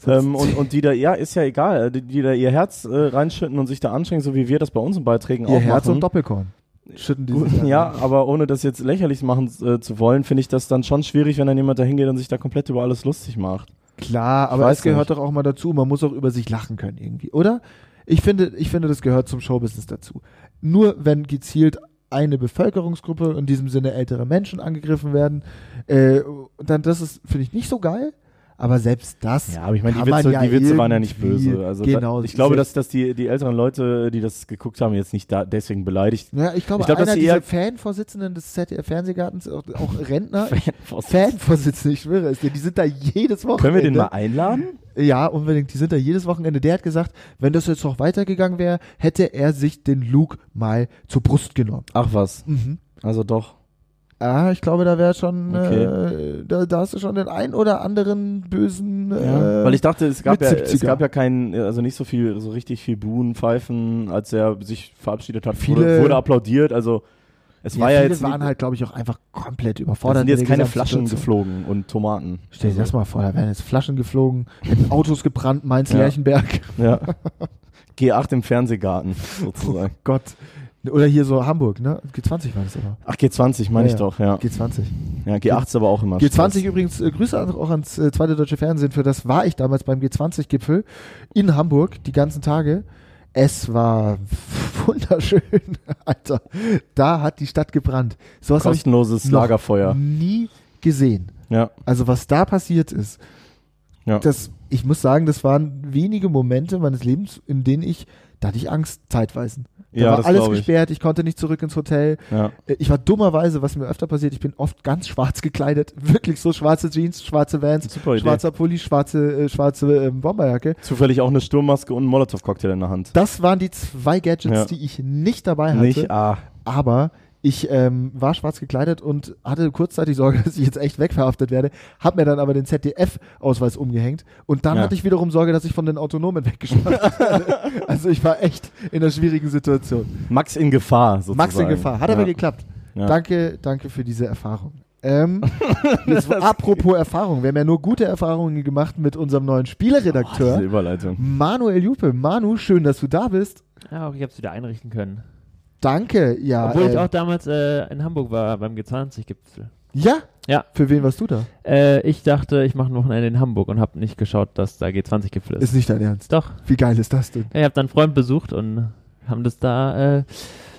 Speaker 2: Ähm, und, und die da, ja, ist ja egal, äh, die, die da ihr Herz äh, reinschütten und sich da anstrengen, so wie wir das bei unseren Beiträgen
Speaker 1: ihr
Speaker 2: auch
Speaker 1: Herz
Speaker 2: machen.
Speaker 1: und Doppelkorn. Schütten die sich
Speaker 2: Gut,
Speaker 1: an.
Speaker 2: ja, aber ohne das jetzt lächerlich machen äh, zu wollen, finde ich das dann schon schwierig, wenn dann jemand da hingeht und sich da komplett über alles lustig macht.
Speaker 1: Klar, aber
Speaker 2: weiß
Speaker 1: es gehört doch auch mal dazu. Man muss auch über sich lachen können irgendwie, oder? Ich finde, ich finde, das gehört zum Showbusiness dazu. Nur wenn gezielt eine Bevölkerungsgruppe, in diesem Sinne ältere Menschen angegriffen werden, äh, dann das ist, finde ich, nicht so geil. Aber selbst das.
Speaker 2: Ja, aber ich meine, die
Speaker 1: kann man
Speaker 2: Witze, die Witze waren ja nicht
Speaker 1: irgendwie-
Speaker 2: böse. Also
Speaker 1: genau.
Speaker 2: da, ich glaube, dass,
Speaker 1: selbst-
Speaker 2: dass die, die älteren Leute, die das geguckt haben, jetzt nicht da deswegen beleidigt.
Speaker 1: Ja, ich glaube,
Speaker 2: ich glaub, dass
Speaker 1: einer
Speaker 2: die eher-
Speaker 1: dieser Fanvorsitzenden des ZDF-Fernsehgartens, auch, auch Rentner, Fanvorsitzende, ich schwöre es dir, die sind da jedes Wochenende.
Speaker 2: Können wir den mal einladen?
Speaker 1: Ja, unbedingt. Die sind da jedes Wochenende. Der hat gesagt, wenn das jetzt noch weitergegangen wäre, hätte er sich den Luke mal zur Brust genommen.
Speaker 2: Ach was. Also doch.
Speaker 1: Ah, ich glaube, da wäre schon,
Speaker 2: Okay.
Speaker 1: äh, da, da hast du schon den ein oder anderen bösen.
Speaker 2: Ja,
Speaker 1: äh,
Speaker 2: Weil ich dachte, es gab
Speaker 1: mit
Speaker 2: ja, es
Speaker 1: 70er.
Speaker 2: gab ja keinen, also nicht so viel, so richtig viel Buhen, Pfeifen, als er sich verabschiedet hat.
Speaker 1: Viele-
Speaker 2: wurde, wurde applaudiert, also es
Speaker 1: ja,
Speaker 2: war ja
Speaker 1: viele
Speaker 2: jetzt.
Speaker 1: waren
Speaker 2: nicht-
Speaker 1: halt, glaube ich, auch einfach komplett
Speaker 2: da
Speaker 1: überfordert.
Speaker 2: sind jetzt
Speaker 1: mit der
Speaker 2: keine
Speaker 1: gesamten
Speaker 2: Flaschen
Speaker 1: Situation.
Speaker 2: geflogen und Tomaten.
Speaker 1: Stell dir das mal vor, da wären jetzt Flaschen geflogen, hätten Autos gebrannt, Mainz,
Speaker 2: Ja.
Speaker 1: Lerchenberg.
Speaker 2: Ja. G8 im Fernsehgarten, sozusagen.
Speaker 1: Gott. Oder hier so Hamburg, ne? G20 war das aber.
Speaker 2: Ach, G20 meine
Speaker 1: Ja,
Speaker 2: ich doch, ja.
Speaker 1: G20.
Speaker 2: ja. G8 ist aber auch immer
Speaker 1: G20
Speaker 2: Stress.
Speaker 1: übrigens, äh, Grüße an- auch ans äh, Zweite Deutsche Fernsehen, für das war ich damals beim G20-Gipfel in Hamburg die ganzen Tage. Es war wunderschön, Alter. Da hat die Stadt gebrannt. Sowas habe ich
Speaker 2: Kostenloses
Speaker 1: noch
Speaker 2: Lagerfeuer.
Speaker 1: nie gesehen.
Speaker 2: Ja,
Speaker 1: Also was da passiert ist,
Speaker 2: ja.
Speaker 1: das, ich muss sagen, das waren wenige Momente meines Lebens, in denen ich, da hatte ich Angst, zeitweise. Da
Speaker 2: Ja,
Speaker 1: war
Speaker 2: das
Speaker 1: alles
Speaker 2: glaub ich.
Speaker 1: gesperrt, ich konnte nicht zurück ins Hotel.
Speaker 2: ja.
Speaker 1: Äh, Ich war dummerweise, was mir öfter passiert, ich bin oft ganz schwarz gekleidet. Wirklich so schwarze Jeans, schwarze Vans,
Speaker 2: Super Idee.
Speaker 1: schwarzer Pulli, schwarze, äh, schwarze ähm, Bomberjacke.
Speaker 2: Zufällig auch eine Sturmmaske und einen Molotow-Cocktail in der Hand.
Speaker 1: Das waren die zwei Gadgets,
Speaker 2: Ja.
Speaker 1: die ich nicht dabei hatte.
Speaker 2: Nicht? Ah.
Speaker 1: aber ich ähm, war schwarz gekleidet und hatte kurzzeitig Sorge, dass ich jetzt echt wegverhaftet werde. Hab mir dann aber den ZDF-Ausweis umgehängt und dann
Speaker 2: Ja.
Speaker 1: hatte ich wiederum Sorge, dass ich von den Autonomen weggesperrt werde. Also ich war echt in einer schwierigen Situation.
Speaker 2: Max in Gefahr, sozusagen.
Speaker 1: Max in Gefahr. Hat
Speaker 2: ja.
Speaker 1: aber geklappt.
Speaker 2: Ja.
Speaker 1: Danke, danke für diese Erfahrung. Ähm, jetzt, apropos Erfahrung, wir haben ja nur gute Erfahrungen gemacht mit unserem neuen
Speaker 2: Ah, diese
Speaker 1: Spieleredakteur
Speaker 2: Überleitung.
Speaker 1: Manuel Juppe. Manu, schön, dass du da bist.
Speaker 5: Ja, auch Ah, ich habe es wieder einrichten können.
Speaker 1: Danke, ja.
Speaker 5: Obwohl ich
Speaker 1: äh,
Speaker 5: auch damals äh, in Hamburg war beim G20-Gipfel.
Speaker 1: ja?
Speaker 5: Ja.
Speaker 1: Für wen warst du da?
Speaker 5: Äh, ich dachte, ich mache ein Wochenende in Hamburg und habe nicht geschaut, dass da G20-Gipfel ist.
Speaker 1: Ist nicht dein Ernst.
Speaker 5: Doch.
Speaker 1: Wie geil ist das denn?
Speaker 5: Ja, ich habe dann einen Freund besucht und haben das da äh,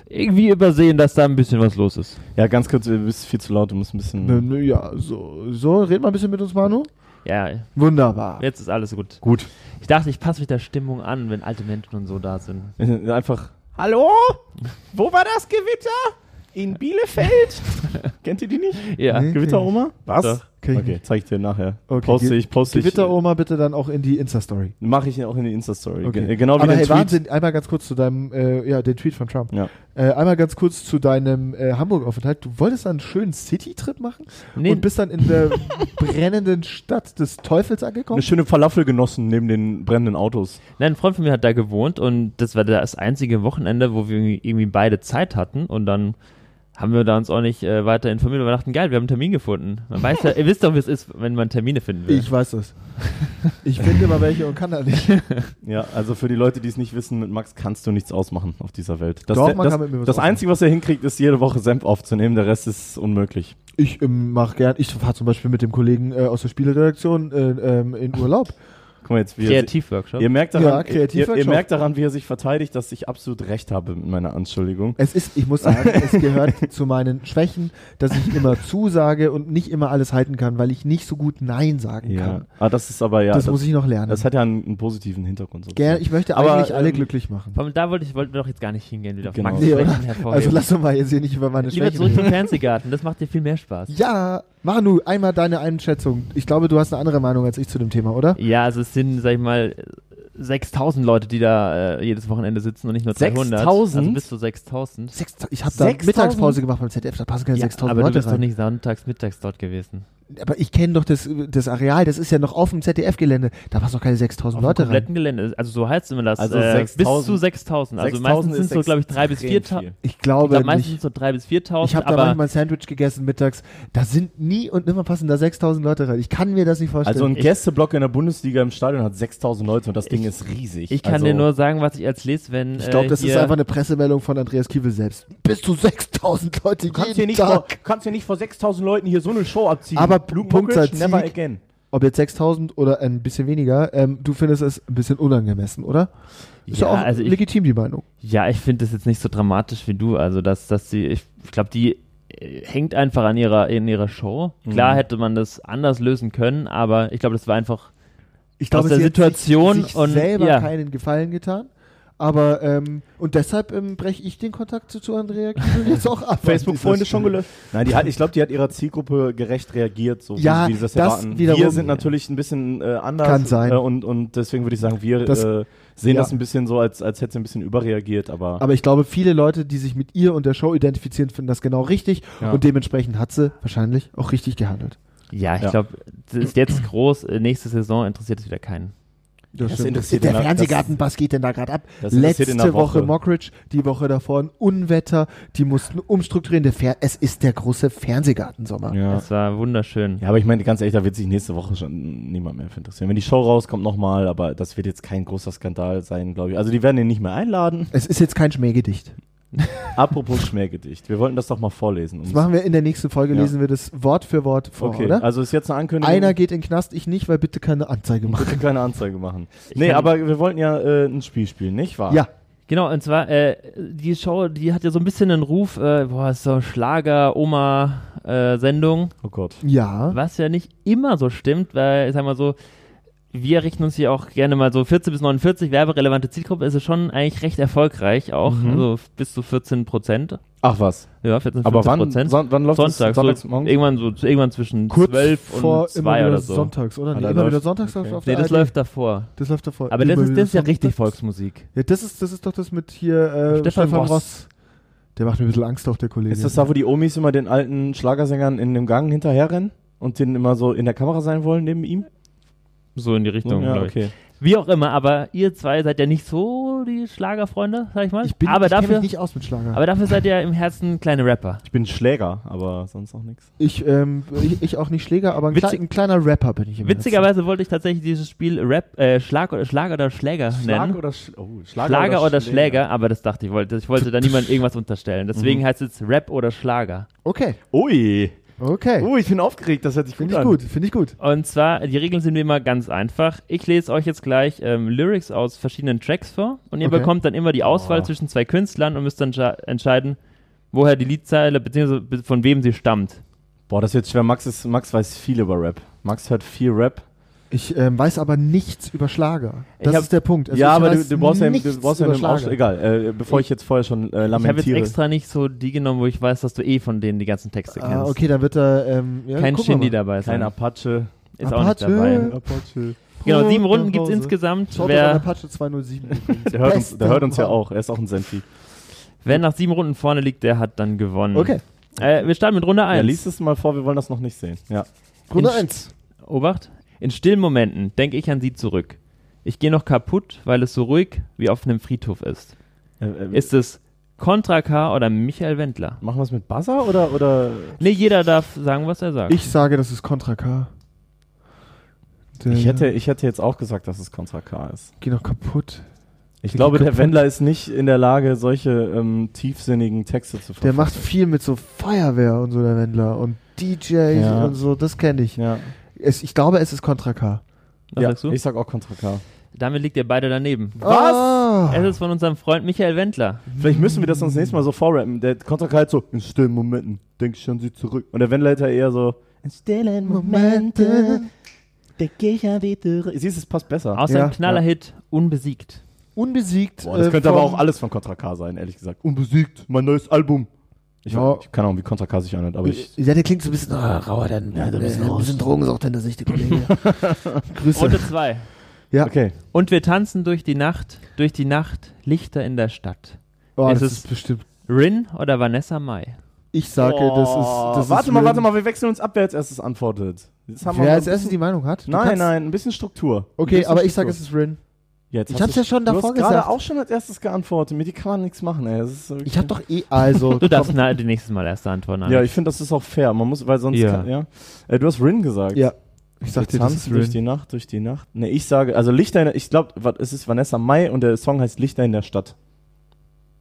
Speaker 5: irgendwie übersehen, dass da ein bisschen was los ist.
Speaker 2: Ja, ganz kurz, du bist viel zu laut, du musst ein bisschen...
Speaker 1: Nö, nö, Ähm, ja, so, so, red mal ein bisschen mit uns, Manu.
Speaker 5: Ja,
Speaker 1: Wunderbar.
Speaker 5: jetzt ist alles gut.
Speaker 2: Gut.
Speaker 5: Ich dachte, ich passe mich der Stimmung an, wenn alte Menschen und so da sind.
Speaker 2: Einfach... Hallo? Wo war das Gewitter? In Bielefeld? Kennt ihr die nicht?
Speaker 5: Ja.
Speaker 1: Nee.
Speaker 2: Gewitteroma? Was?
Speaker 5: Doch.
Speaker 1: Kenn ich
Speaker 2: Okay,
Speaker 1: nicht.
Speaker 2: zeig ich dir nachher.
Speaker 1: Okay,
Speaker 2: Poste
Speaker 1: Ge- um.
Speaker 2: ich, poste ich.
Speaker 1: Gewitteroma bitte dann auch in die Insta-Story.
Speaker 2: Mache ich auch in die Insta-Story.
Speaker 1: Okay.
Speaker 2: Ge- Genau wie
Speaker 1: Aber
Speaker 2: den
Speaker 1: hey,
Speaker 2: Tweet.
Speaker 1: Wahnsinn, einmal ganz kurz zu deinem, äh, ja, den Tweet von Trump.
Speaker 2: Ja.
Speaker 1: Äh, einmal ganz kurz zu deinem äh, Hamburg-Aufenthalt. Du wolltest dann einen schönen City-Trip machen
Speaker 5: Nee.
Speaker 1: und bist dann in der brennenden Stadt des Teufels angekommen.
Speaker 2: Eine schöne Falafel genossen neben den brennenden Autos.
Speaker 5: Nein, ein Freund von mir hat da gewohnt und das war das einzige Wochenende, wo wir irgendwie- irgendwie beide Zeit hatten und dann haben wir da uns auch nicht äh, weiter informiert und wir dachten, geil, wir haben einen Termin gefunden. Man weiß ja, ihr wisst doch, wie es ist, wenn man Termine finden will.
Speaker 1: Ich weiß das. Ich finde immer welche und kann da nicht.
Speaker 2: Ja, also für die Leute, die es nicht wissen, mit Max kannst du nichts ausmachen auf dieser Welt. Das,
Speaker 1: Doch,
Speaker 2: der,
Speaker 1: man
Speaker 2: das,
Speaker 1: kann mit mir was
Speaker 2: das
Speaker 1: ausmachen.
Speaker 2: Einzige, was er hinkriegt, ist jede Woche Senf aufzunehmen. Der Rest ist unmöglich.
Speaker 1: Ich ähm, mache gern, ich fahre zum Beispiel mit dem Kollegen äh, aus der Spieleredaktion äh, ähm, in Urlaub.
Speaker 2: Guck mal jetzt, wie er, si-
Speaker 5: Kreativworkshop.
Speaker 2: ihr merkt
Speaker 1: Ja,
Speaker 2: daran, ihr, ihr,
Speaker 1: Kreativworkshop.
Speaker 2: ihr merkt daran, wie er sich verteidigt, dass ich absolut recht habe mit meiner Anschuldigung.
Speaker 1: Es ist, ich muss sagen, es gehört zu meinen Schwächen, dass ich immer zusage und nicht immer alles halten kann, weil ich nicht so gut Nein sagen
Speaker 2: Ja.
Speaker 1: Äh, kann.
Speaker 2: Ah, das ist aber ja,
Speaker 1: das,
Speaker 2: das,
Speaker 1: muss ich noch lernen.
Speaker 2: das hat ja einen, einen positiven Hintergrund.
Speaker 1: Ger- ich möchte
Speaker 2: Aber,
Speaker 1: eigentlich alle
Speaker 2: ähm,
Speaker 1: glücklich machen.
Speaker 5: Vor allem Da wollte ich, wollten wir doch jetzt gar nicht hingehen, wieder auf
Speaker 2: Genau.
Speaker 5: Max
Speaker 1: Nee, oder?
Speaker 5: Schwächen hervorheben.
Speaker 1: Also lass doch mal jetzt hier nicht über meine
Speaker 5: Lieber
Speaker 1: Schwächen
Speaker 5: zurück zum
Speaker 1: reden.
Speaker 5: Fernsehgarten, das macht dir viel mehr Spaß.
Speaker 1: Ja, Manu, einmal deine Einschätzung. Ich glaube, du hast eine andere Meinung als ich zu dem Thema, oder?
Speaker 5: Ja, also es sind, sag ich mal, 6000 Leute, die da äh, jedes Wochenende sitzen und nicht nur 200.
Speaker 2: 6000?
Speaker 5: Also bis zu 6000.
Speaker 1: Sechs- Ich habe da
Speaker 2: 6000?
Speaker 1: Mittagspause gemacht beim ZDF, da passen keine
Speaker 5: Ja,
Speaker 1: 6000
Speaker 5: aber du
Speaker 1: Leute
Speaker 5: bist
Speaker 1: rein.
Speaker 5: doch nicht sonntags, mittags dort gewesen.
Speaker 1: Aber ich kenne doch das, das Areal, das ist ja noch auf dem ZDF-Gelände. Da passen noch keine 6000
Speaker 5: Auf dem
Speaker 1: Leute rein.
Speaker 5: kompletten Gelände. Also so heißt es immer das.
Speaker 2: Also
Speaker 5: äh, bis
Speaker 2: 6000.
Speaker 5: zu 6000. Also
Speaker 2: 6000
Speaker 5: meistens sind es
Speaker 2: ist
Speaker 5: so, glaube ich, 3 bis
Speaker 2: extrem
Speaker 5: 4000.
Speaker 2: viel.
Speaker 1: Ich
Speaker 5: Ich
Speaker 1: glaube
Speaker 5: glaube, meistens sind
Speaker 1: nicht.
Speaker 5: es so 3 bis
Speaker 1: Ich
Speaker 5: 4000.
Speaker 1: habe da
Speaker 5: Aber
Speaker 1: manchmal ein Sandwich gegessen mittags. Da sind nie und nimmer passen da 6000 Leute rein. Ich kann mir das nicht vorstellen.
Speaker 2: Also ein
Speaker 5: Ich-
Speaker 2: Gästeblock in der Bundesliga im Stadion hat 6000 Leute und das Ding
Speaker 5: Ich-
Speaker 2: ist riesig.
Speaker 5: ich kann
Speaker 2: also,
Speaker 5: dir nur sagen, was ich als lese, wenn.
Speaker 1: ich glaube,
Speaker 5: äh,
Speaker 1: das ist
Speaker 5: hier-
Speaker 1: einfach eine Pressemeldung von Andreas Kiewel selbst. Bis zu 6000 Leute
Speaker 2: Du kannst hier,
Speaker 1: jeden
Speaker 2: nicht vor,
Speaker 1: Tag.
Speaker 2: kannst hier nicht vor 6000 Leuten hier so eine Show abziehen.
Speaker 1: Aber
Speaker 2: Luke
Speaker 1: Punkt
Speaker 2: Mockridge,
Speaker 1: als
Speaker 2: never
Speaker 1: Sieg.
Speaker 2: again.
Speaker 1: Ob jetzt 6000 oder ein bisschen weniger, ähm, du findest es ein bisschen unangemessen, oder? Ist ja,
Speaker 5: Ja,
Speaker 1: auch
Speaker 5: also ich-
Speaker 1: legitim die Meinung.
Speaker 5: Ja, ich finde das jetzt nicht so dramatisch wie du. Also, dass, dass sie, ich, ich glaube, die äh, hängt einfach an ihrer, in ihrer Show.
Speaker 1: Mhm.
Speaker 5: Klar hätte man das anders lösen können, aber ich glaube, das war einfach.
Speaker 1: Ich
Speaker 5: Aus der
Speaker 1: sie hat sich-
Speaker 5: Situation
Speaker 1: sich
Speaker 5: und-
Speaker 1: selber
Speaker 5: ja.
Speaker 1: keinen Gefallen getan. Aber ähm, und deshalb ähm, breche ich den Kontakt zu, zu Andrea Kiewel jetzt auch ab. an dieser
Speaker 2: Facebook-Freunde schon
Speaker 1: Stelle.
Speaker 2: gelöscht. Nein, die hat, ich glaube, die hat ihrer Zielgruppe gerecht reagiert, so
Speaker 1: Ja,
Speaker 2: wie sie das,
Speaker 1: das
Speaker 2: erwarten.
Speaker 1: wiederum-
Speaker 2: wir sind natürlich ein bisschen äh, anders.
Speaker 1: Kann sein.
Speaker 2: Äh, und, und deswegen würde ich sagen, wir
Speaker 1: Das-
Speaker 2: äh, sehen
Speaker 1: ja.
Speaker 2: das ein bisschen so, als, als hätte sie ein bisschen überreagiert, aber,
Speaker 1: Aber ich glaube, viele Leute, die sich mit ihr und der Show identifizieren, finden das genau richtig.
Speaker 2: Ja.
Speaker 1: Und dementsprechend hat sie wahrscheinlich auch richtig gehandelt.
Speaker 5: Ja, ich
Speaker 2: Ja.
Speaker 5: glaube, das ist jetzt groß. äh, Nächste Saison interessiert es wieder keinen.
Speaker 2: Das stimmt. interessiert
Speaker 1: der
Speaker 2: in der-
Speaker 1: Fernsehgarten, was geht denn da gerade ab?
Speaker 2: Das
Speaker 1: Letzte
Speaker 2: interessiert in der
Speaker 1: Woche
Speaker 2: Woche.
Speaker 1: Mockridge, die Woche davor ein Unwetter, die mussten umstrukturieren. Der Fer es ist der große Fernsehgartensommer.
Speaker 2: ja.
Speaker 5: Es war wunderschön.
Speaker 2: Ja, aber ich meine, ganz ehrlich, da wird sich nächste Woche schon niemand mehr für interessieren. Wenn die Show rauskommt, nochmal, aber das wird jetzt kein großer Skandal sein, glaube ich. Also die werden ihn nicht mehr einladen.
Speaker 1: Es ist jetzt kein Schmähgedicht.
Speaker 2: Apropos Schmähgedicht. Wir wollten das doch mal vorlesen. um
Speaker 1: Das machen wir in der nächsten Folge,
Speaker 2: Ja.
Speaker 1: lesen wir das Wort für Wort vor,
Speaker 2: okay,
Speaker 1: oder?
Speaker 2: also ist jetzt eine Ankündigung.
Speaker 1: Einer geht in den Knast, ich nicht, weil bitte keine Anzeige
Speaker 2: Bitte
Speaker 1: machen.
Speaker 2: keine Anzeige machen. Nee,
Speaker 5: kann-
Speaker 2: aber wir wollten ja äh, ein Spiel spielen, nicht wahr?
Speaker 1: Ja,
Speaker 5: Genau, und zwar, äh, die Show, die hat ja so ein bisschen einen Ruf, äh, boah, ist so Schlager-Oma-Sendung,
Speaker 2: Oh Gott.
Speaker 1: ja.
Speaker 5: was ja nicht immer so stimmt, weil, ich sag mal so, wir richten uns hier auch gerne mal so 14 bis 49, werberelevante Zielgruppe, ist es schon eigentlich recht erfolgreich auch,
Speaker 2: Mhm.
Speaker 5: also bis zu 14 Prozent.
Speaker 2: Ach was.
Speaker 5: Ja, 14, 15
Speaker 2: Aber wann,
Speaker 5: Prozent.
Speaker 2: son- wann läuft
Speaker 5: Sonntags,
Speaker 2: das? Sonntags
Speaker 5: so, irgendwann, so, zu- irgendwann zwischen
Speaker 1: Kurz
Speaker 5: 12
Speaker 1: vor
Speaker 5: und 2
Speaker 1: immer
Speaker 5: oder
Speaker 1: wieder
Speaker 5: so.
Speaker 1: sonntags, oder?
Speaker 2: Ah,
Speaker 1: Nee,
Speaker 2: da
Speaker 1: immer wieder
Speaker 2: läuft-
Speaker 1: sonntags
Speaker 2: okay.
Speaker 1: läuft auf
Speaker 5: Nee,
Speaker 1: der
Speaker 5: das
Speaker 1: ARD.
Speaker 5: läuft davor.
Speaker 1: Das läuft davor.
Speaker 5: Aber das
Speaker 1: Immer
Speaker 5: ist,
Speaker 1: wieder
Speaker 5: das ist ja
Speaker 1: sonntags.
Speaker 5: richtig Volksmusik.
Speaker 1: Ja, das ist, das ist doch das mit hier äh, Stefan,
Speaker 5: Stefan
Speaker 1: Ross.
Speaker 5: Ross.
Speaker 1: Der macht mir ein bisschen Angst, auch der Kollege.
Speaker 2: Ist das da, wo die Omis immer den alten Schlagersängern in dem Gang hinterherrennen und den immer so in der Kamera sein wollen neben ihm?
Speaker 5: So in die Richtung,
Speaker 2: ja,
Speaker 5: glaub ich.
Speaker 2: okay.
Speaker 5: Wie auch immer, aber ihr zwei seid ja nicht so die Schlagerfreunde, sag ich mal.
Speaker 1: ich bin,
Speaker 5: aber,
Speaker 1: ich kenn
Speaker 5: dafür,
Speaker 1: mich nicht aus mit Schlager.
Speaker 5: aber dafür seid ihr im Herzen kleine Rapper.
Speaker 2: Ich bin Schläger, aber sonst auch nichts.
Speaker 1: ich, ähm, ich, ich auch nicht Schläger, aber ein,
Speaker 5: Witzig-
Speaker 1: klei- ein kleiner Rapper bin ich im
Speaker 5: Witzigerweise wollte ich tatsächlich dieses Spiel Rap, äh, Schlag, oder- Schlag oder Schläger nennen.
Speaker 2: oder, Sch oh,
Speaker 5: Schlager oder, Schläger, aber das dachte ich, wollte, ich wollte da niemand irgendwas unterstellen. Deswegen heißt es Rap oder Schlager.
Speaker 1: Herzen. Okay,
Speaker 2: Ui.
Speaker 1: okay.
Speaker 2: Oh, ich bin aufgeregt, das hört sich
Speaker 1: finde ich gut, finde ich gut.
Speaker 5: Und zwar, die Regeln sind wie immer ganz einfach. Ich lese euch jetzt gleich ähm, Lyrics aus verschiedenen Tracks vor und ihr
Speaker 1: Okay.
Speaker 5: bekommt dann immer die Auswahl zwischen zwei Künstlern und müsst dann scha- entscheiden, woher die Liedzeile bzw. von wem sie stammt.
Speaker 2: Boah, das ist jetzt schwer. Max, ist, Max weiß viel über Rap. Max hört viel Rap.
Speaker 1: Ich ähm, weiß aber nichts über Schlager. Das
Speaker 5: hab-
Speaker 1: ist der Punkt. Also
Speaker 2: ja,
Speaker 1: ich
Speaker 2: aber du,
Speaker 1: weiß
Speaker 2: du brauchst ja im,
Speaker 1: nichts
Speaker 2: du brauchst ja
Speaker 1: über
Speaker 2: im Aufsch-
Speaker 1: Schlager.
Speaker 2: Egal, äh, bevor ich, jetzt vorher schon äh,
Speaker 5: Ich habe jetzt
Speaker 2: lamentiere.
Speaker 5: extra nicht so die genommen, wo ich weiß, dass du eh von denen die ganzen Texte kennst.
Speaker 1: Ah, okay, dann wird da ähm, ja,
Speaker 5: Kein Shindy
Speaker 1: da.
Speaker 5: dabei sein.
Speaker 2: Kein Apache.
Speaker 5: Ist auch nicht
Speaker 1: Apache.
Speaker 5: dabei. ne?
Speaker 2: Apache.
Speaker 5: Genau, sieben
Speaker 1: nach
Speaker 5: Runden gibt es
Speaker 1: Hause.
Speaker 5: insgesamt.
Speaker 1: Schaut doch an
Speaker 5: Wer,
Speaker 1: Apache 207. übrigens.
Speaker 2: Der hört, uns,
Speaker 1: Bester
Speaker 2: der hört uns ja
Speaker 1: Mann.
Speaker 2: auch. Er ist auch ein Senfi.
Speaker 5: wer nach sieben Runden vorne liegt, der hat dann gewonnen.
Speaker 1: Okay,
Speaker 5: Äh, wir starten mit Runde
Speaker 2: Ja,
Speaker 5: 1.
Speaker 2: lies es mal vor, wir wollen das noch nicht sehen. Ja.
Speaker 1: Runde
Speaker 5: In-
Speaker 1: 1.
Speaker 5: Obacht. In stillen Momenten denke ich an sie zurück. Ich gehe noch kaputt, weil es so ruhig wie auf einem Friedhof ist.
Speaker 2: Äh, äh,
Speaker 5: Ist es Contra K oder Michael Wendler?
Speaker 2: machen wir es mit Buzzer oder, oder
Speaker 5: Nee, jeder darf sagen, was er sagt.
Speaker 1: Ich sage, das ist Contra K. Der
Speaker 2: Ich hätte, ich hätte jetzt auch gesagt, dass es Contra K ist.
Speaker 1: Geh noch kaputt.
Speaker 2: Ich
Speaker 1: Geht
Speaker 2: glaube, der
Speaker 1: kaputt.
Speaker 2: Wendler ist nicht in der Lage, solche ähm, tiefsinnigen Texte zu
Speaker 1: Der
Speaker 2: verfassen.
Speaker 1: macht viel mit so Feuerwehr und so, der Wendler. Und DJs
Speaker 2: Ja.
Speaker 1: und so, das kenne ich.
Speaker 2: Ja.
Speaker 1: Es, ich glaube, es ist Contra K.
Speaker 5: Was
Speaker 2: ja,
Speaker 5: sagst du?
Speaker 2: Ich sag auch Contra K.
Speaker 5: Damit liegt ihr beide daneben.
Speaker 1: Was?
Speaker 5: Es ist von unserem Freund Michael Wendler.
Speaker 2: Vielleicht müssen wir das uns nächstes Mal so vorrappen. Der Contra K halt so, in stillen Momenten, denk ich an sie zurück. Und der Wendler hätte eher so, in stillen Momenten, denke ich an sie zurück. Siehst du, es passt besser.
Speaker 5: Aus
Speaker 1: Ja,
Speaker 5: seinem Knallerhit Unbesiegt.
Speaker 1: Unbesiegt.
Speaker 2: Boah, das
Speaker 1: äh,
Speaker 2: könnte aber
Speaker 1: von-
Speaker 2: auch alles von Contra K sein, ehrlich gesagt. Unbesiegt, mein neues Album. Ich,
Speaker 1: Ja. Äh,
Speaker 2: ich keine Ahnung, wie Contra K sich anhört, aber ich...
Speaker 1: Ja, der klingt so ein bisschen ah, rauer, dann ja, ein bisschen, ein bisschen drogensucht hinter sich, der Kollege.
Speaker 5: Runde
Speaker 1: Grüße.
Speaker 5: 2.
Speaker 1: Ja.
Speaker 2: Okay.
Speaker 5: Und wir tanzen durch die Nacht, durch die Nacht, Lichter in der Stadt.
Speaker 1: Oh,
Speaker 5: Es
Speaker 1: das
Speaker 5: ist-
Speaker 1: ist bestimmt.
Speaker 5: Rin oder Vanessa Mai?
Speaker 1: Ich sage, das ist. Das
Speaker 2: Oh, warte
Speaker 1: ist
Speaker 2: mal,
Speaker 1: real.
Speaker 2: warte mal, wir wechseln uns ab, wer als erstes antwortet. Jetzt haben wir
Speaker 1: Wer
Speaker 2: mal
Speaker 1: als
Speaker 2: ein
Speaker 1: erstes
Speaker 2: bisschen-
Speaker 1: die Meinung hat? Du
Speaker 2: Nein,
Speaker 1: kannst-
Speaker 2: nein, ein bisschen Struktur. ein
Speaker 1: Okay,
Speaker 2: bisschen
Speaker 1: aber ich sage,
Speaker 2: Struktur.
Speaker 1: es ist Rin.
Speaker 2: Jetzt
Speaker 1: Ich
Speaker 2: hast
Speaker 1: hab's
Speaker 2: du-
Speaker 1: ja schon
Speaker 2: du
Speaker 1: davor
Speaker 2: hast gerade
Speaker 1: gesagt.
Speaker 2: auch schon als erstes geantwortet. Mit die kann man nichts machen, ey. Das ist wirklich-
Speaker 1: Ich hab doch eh. Also.
Speaker 5: Du darfst na, die nächste Mal erste antworten.
Speaker 2: Ja,
Speaker 5: Alex.
Speaker 2: ich finde, das ist auch fair. Man muss, weil sonst.
Speaker 5: Ja.
Speaker 2: Kann, ja. Äh, du hast Rin gesagt.
Speaker 1: Ja. Ich
Speaker 2: Wir
Speaker 1: sag dir, das ist
Speaker 2: tanzen durch die
Speaker 1: Rin.
Speaker 2: Nacht, durch die Nacht. Ne, ich sage, also Lichter in der, ich glaube, es ist Vanessa Mai und der Song heißt Lichter in der Stadt.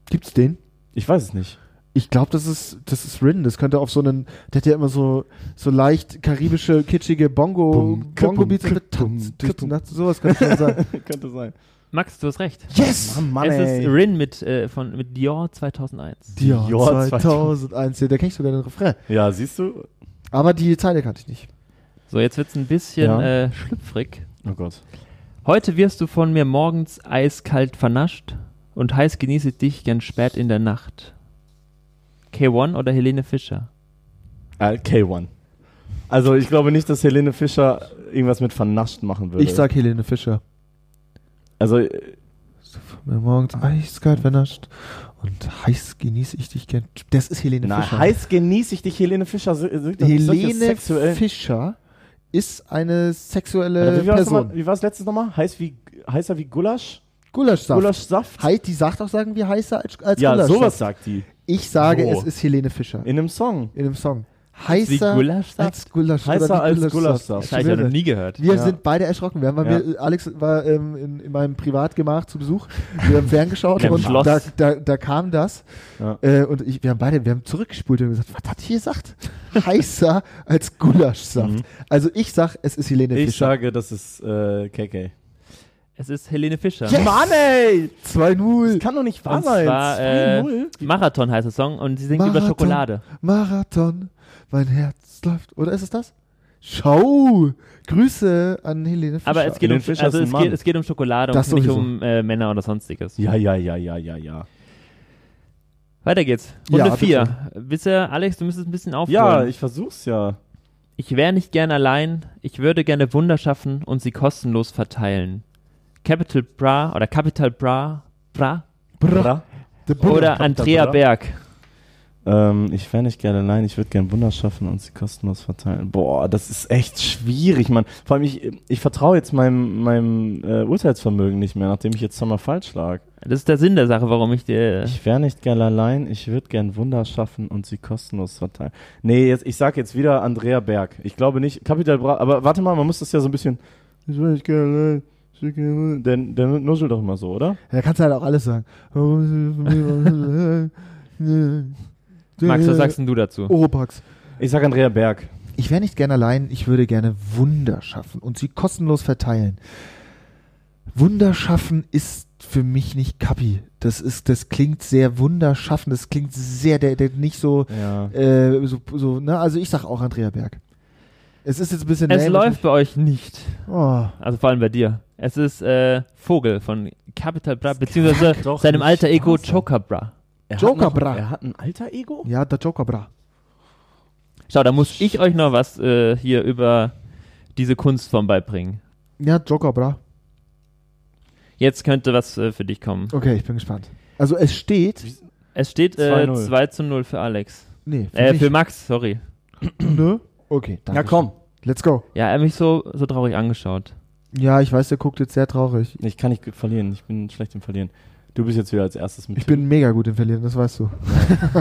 Speaker 1: Gibt's den?
Speaker 2: Ich weiß es nicht.
Speaker 1: Ich glaube, das ist, das ist Rin. Das könnte auf so einen, der hat ja immer so, so leicht karibische, kitschige Bongo,
Speaker 2: Bum, kip,
Speaker 1: Bongo Beats
Speaker 2: bum,
Speaker 1: und
Speaker 2: kip, bum,
Speaker 1: tanzt durch die
Speaker 2: bum.
Speaker 1: Nacht. Sowas könnte schon sein.
Speaker 2: Könnte sein.
Speaker 5: Max, du hast recht.
Speaker 1: Yes!
Speaker 2: Mann, Mann,
Speaker 5: es
Speaker 2: ey.
Speaker 5: ist Rin mit, äh, von, mit Dior 2001.
Speaker 1: Dior
Speaker 2: Dior
Speaker 1: 2001. Ja, da kenn ich sogar den Refrain.
Speaker 2: Ja, siehst du?
Speaker 1: Aber die Zeile kannte ich nicht.
Speaker 5: So, jetzt wird's ein bisschen
Speaker 2: Ja.
Speaker 5: äh, schlüpfrig.
Speaker 2: Oh Gott.
Speaker 5: Heute wirst du von mir morgens eiskalt vernascht und heiß genieße dich gern spät in der Nacht. K1 oder Helene Fischer?
Speaker 2: Äh, K1. Also ich glaube nicht, dass Helene Fischer irgendwas mit vernascht machen würde.
Speaker 1: Ich sag Helene Fischer.
Speaker 2: Also äh,
Speaker 1: Mir morgens
Speaker 2: Ah.
Speaker 1: eiskalt vernascht und heiß genieße ich dich gern. Das ist Helene
Speaker 2: äh, na,
Speaker 1: Fischer.
Speaker 2: heiß genieße ich dich, Helene Fischer. so- so- solche
Speaker 1: Helene
Speaker 2: sexuellen-
Speaker 1: Fischer ist eine
Speaker 2: Warte,
Speaker 1: sexuelle
Speaker 2: Wie war's nochmal-
Speaker 1: Person.
Speaker 2: wie war es letztes nochmal? Heiß wie, heißer wie Gulasch?
Speaker 1: Gulaschsaft.
Speaker 2: Gulaschsaft?
Speaker 1: Hei- die sagt auch, sagen wir, heißer als, als
Speaker 2: ja,
Speaker 1: Gulaschsaft.
Speaker 2: sowas sagt die.
Speaker 1: Ich sage,
Speaker 2: So.
Speaker 1: es ist Helene Fischer.
Speaker 2: In einem Song.
Speaker 1: In dem Song. Heißer
Speaker 5: Gulaschsaft?
Speaker 1: als Gulasch.
Speaker 2: Heißer
Speaker 1: oder wie
Speaker 2: als Gulaschsaft.
Speaker 1: Ich schwöre.
Speaker 5: nie gehört.
Speaker 1: Wir
Speaker 2: Ja.
Speaker 1: sind beide erschrocken. Wir haben, weil
Speaker 2: Ja.
Speaker 1: wir, Alex war ähm, in, in meinem Privatgemach zu Besuch. Wir haben ferngeschaut
Speaker 5: In einem
Speaker 1: und
Speaker 5: Schloss.
Speaker 1: da, da, da kam das.
Speaker 2: Ja.
Speaker 1: Äh, und ich, wir haben beide, wir haben zurückgespult und gesagt, was hat die gesagt? Heißer als Gulaschsaft. Also ich sag, es ist Helene
Speaker 2: Mhm. Ich
Speaker 1: Fischer.
Speaker 2: sage, das ist äh, KK.
Speaker 5: Es ist Helene Fischer.
Speaker 1: Yes!
Speaker 2: Mann, ey!
Speaker 1: 2-0.
Speaker 2: Kann doch nicht wahr
Speaker 5: Und
Speaker 2: sein.
Speaker 5: zwar äh,
Speaker 2: 2-0.
Speaker 5: Marathon heißt der Song und sie singt über
Speaker 1: Marathon.
Speaker 5: Schokolade.
Speaker 1: Marathon, mein Herz läuft. Oder ist es das? Schau! Grüße an Helene Fischer.
Speaker 5: Aber es geht,
Speaker 2: Helene
Speaker 5: um,
Speaker 2: Fischer
Speaker 5: also
Speaker 2: ist ein
Speaker 5: es
Speaker 2: Mann.
Speaker 5: geht, es geht um Schokolade
Speaker 1: Das
Speaker 5: und nicht
Speaker 1: sowieso.
Speaker 5: um äh, Männer oder sonstiges.
Speaker 2: ja, ja, ja, ja, ja, ja.
Speaker 5: Weiter geht's.
Speaker 1: Ja,
Speaker 5: Runde
Speaker 1: bitte.
Speaker 5: 4. Bisher, Alex, du müsstest ein bisschen aufholen.
Speaker 2: Ja, ich versuch's ja.
Speaker 5: Ich wäre nicht gern allein, ich würde gerne Wunder schaffen und sie kostenlos verteilen. Capital Bra oder Capital Bra, Bra
Speaker 2: Bra.
Speaker 1: The Bull-
Speaker 5: oder
Speaker 2: Oh, Capital
Speaker 5: Andrea
Speaker 2: Bra.
Speaker 5: Berg.
Speaker 2: Ähm, ich wäre nicht gerne allein, ich würde gerne Wunder schaffen und sie kostenlos verteilen. Boah, das ist echt schwierig, Mann. Vor allem, ich, ich vertraue jetzt meinem, meinem äh, Urteilsvermögen nicht mehr, nachdem ich jetzt nochmal falsch lag.
Speaker 5: Das ist der Sinn der Sache, warum ich dir.
Speaker 2: Ich wäre nicht gern allein, ich würde gern Wunder schaffen und sie kostenlos verteilen. Nee, jetzt, ich sag jetzt wieder Andrea Berg. Ich glaube nicht, Capital Bra, aber warte mal, man muss das ja so ein bisschen. Ich wäre nicht gern allein. ich würd gern Wunder- Der, der nuschelt doch immer so, oder?
Speaker 1: Da kannst du halt auch alles sagen.
Speaker 5: Max, was sagst denn du dazu?
Speaker 1: Oh, Oropax.
Speaker 2: Ich sag Andrea Berg.
Speaker 1: Ich wäre nicht gerne allein, ich würde gerne Wunder schaffen und sie kostenlos verteilen. Wunder schaffen ist für mich nicht Kappi. Das ist, das klingt sehr wunderschaffen, das klingt sehr, der, der nicht so,
Speaker 2: Ja.
Speaker 1: äh, so, so, ne, also ich sag auch Andrea Berg. Es ist jetzt ein bisschen
Speaker 5: Es
Speaker 1: lame,
Speaker 5: läuft bei euch nicht.
Speaker 1: Oh.
Speaker 5: Also vor allem bei dir. Es ist äh, Vogel von Capital Bra, beziehungsweise
Speaker 2: kann doch
Speaker 5: seinem
Speaker 2: nicht
Speaker 5: alter Ego
Speaker 2: wahr sein.
Speaker 5: Joker Bra.
Speaker 1: Joker Bra.
Speaker 2: Er hat ein alter Ego?
Speaker 1: Ja, der Joker Bra.
Speaker 5: Schau, da muss ich euch noch was äh, hier über diese Kunstform beibringen.
Speaker 1: Ja, Joker Bra.
Speaker 5: Jetzt könnte was äh, für dich kommen.
Speaker 1: Okay, ich bin gespannt. Also es steht.
Speaker 5: Es steht äh,
Speaker 2: 2-0.
Speaker 5: 2 zu 0 für Alex.
Speaker 1: Nee, für
Speaker 5: Äh,
Speaker 1: mich,
Speaker 5: für Max, sorry.
Speaker 1: ne? Okay, danke.
Speaker 2: Ja, komm.
Speaker 1: Let's go.
Speaker 5: Ja, er hat mich so, so traurig angeschaut.
Speaker 1: Ja, ich weiß, der guckt jetzt sehr traurig.
Speaker 2: Ich kann nicht verlieren, ich bin schlecht im Verlieren. Du bist jetzt wieder als erstes mit,
Speaker 1: Ich bin mega gut im Verlieren, das weißt du.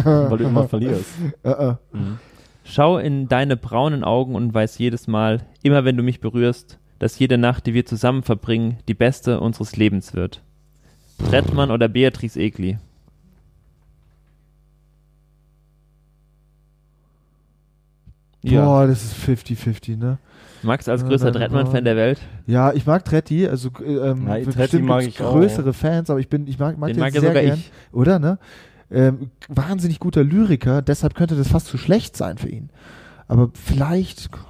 Speaker 2: weil du immer verlierst.
Speaker 1: Äh, äh.
Speaker 5: Schau in deine braunen Augen und weiß jedes Mal, immer wenn du mich berührst, dass jede Nacht, die wir zusammen verbringen, die beste unseres Lebens wird. Trettmann oder Beatrice Egli? Ja.
Speaker 1: Boah, das ist 50-50, ne?
Speaker 5: Max als größter
Speaker 1: Äh,
Speaker 5: Drettmann-Fan der Welt.
Speaker 1: Ja, ich mag Tretti, also äh, ähm,
Speaker 2: Ja,
Speaker 1: bestimmt
Speaker 2: Tretti mag
Speaker 1: gibt's
Speaker 2: ich auch.
Speaker 1: größere Fans, aber ich bin, ich mag, mag
Speaker 5: Den
Speaker 1: den,
Speaker 5: mag ja
Speaker 1: sehr
Speaker 5: sogar
Speaker 1: gern,
Speaker 5: ich.
Speaker 1: oder ne? Ähm, wahnsinnig guter Lyriker, deshalb könnte das fast zu schlecht sein für ihn. Aber vielleicht Gott,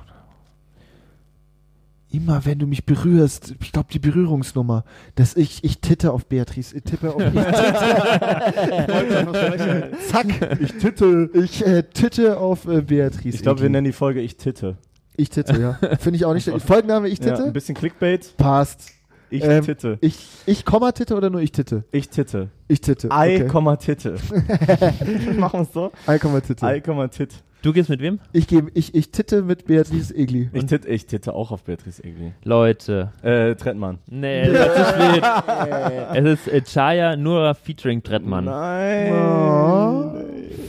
Speaker 1: immer, wenn du mich berührst, ich glaube die Berührungsnummer, dass ich ich titte auf Beatrice, ich tippe auf ich titte. Zack, ich titte, ich äh, titte auf äh, Beatrice.
Speaker 2: Ich glaube, wir
Speaker 1: Egli.
Speaker 2: nennen die Folge Ich Titte.
Speaker 1: ich titte, ja. Finde ich auch nicht. schlecht. Folgenname ich
Speaker 2: Ja,
Speaker 1: titte.
Speaker 2: ein bisschen Clickbait.
Speaker 1: Passt.
Speaker 2: Ich
Speaker 1: Ähm,
Speaker 2: Titte.
Speaker 1: Ich, ich Komma titte oder nur ich titte?
Speaker 2: Ich Titte.
Speaker 1: Ich titte.
Speaker 2: Ei,
Speaker 1: okay.
Speaker 2: Komma Titte. Machen wir es so.
Speaker 1: Ei, Komma titte.
Speaker 2: Ei, Komma Tit.
Speaker 5: Du gehst mit wem?
Speaker 1: Ich, gebe, ich, ich titte mit Beatrice Egli.
Speaker 2: Ich titte, ich titte auch auf Beatrice Egli.
Speaker 5: Leute.
Speaker 2: Äh, Trettmann.
Speaker 5: Nee, das ist zu spät. es ist äh, Chaya Nura featuring Drettmann.
Speaker 2: Nein.
Speaker 1: Oh,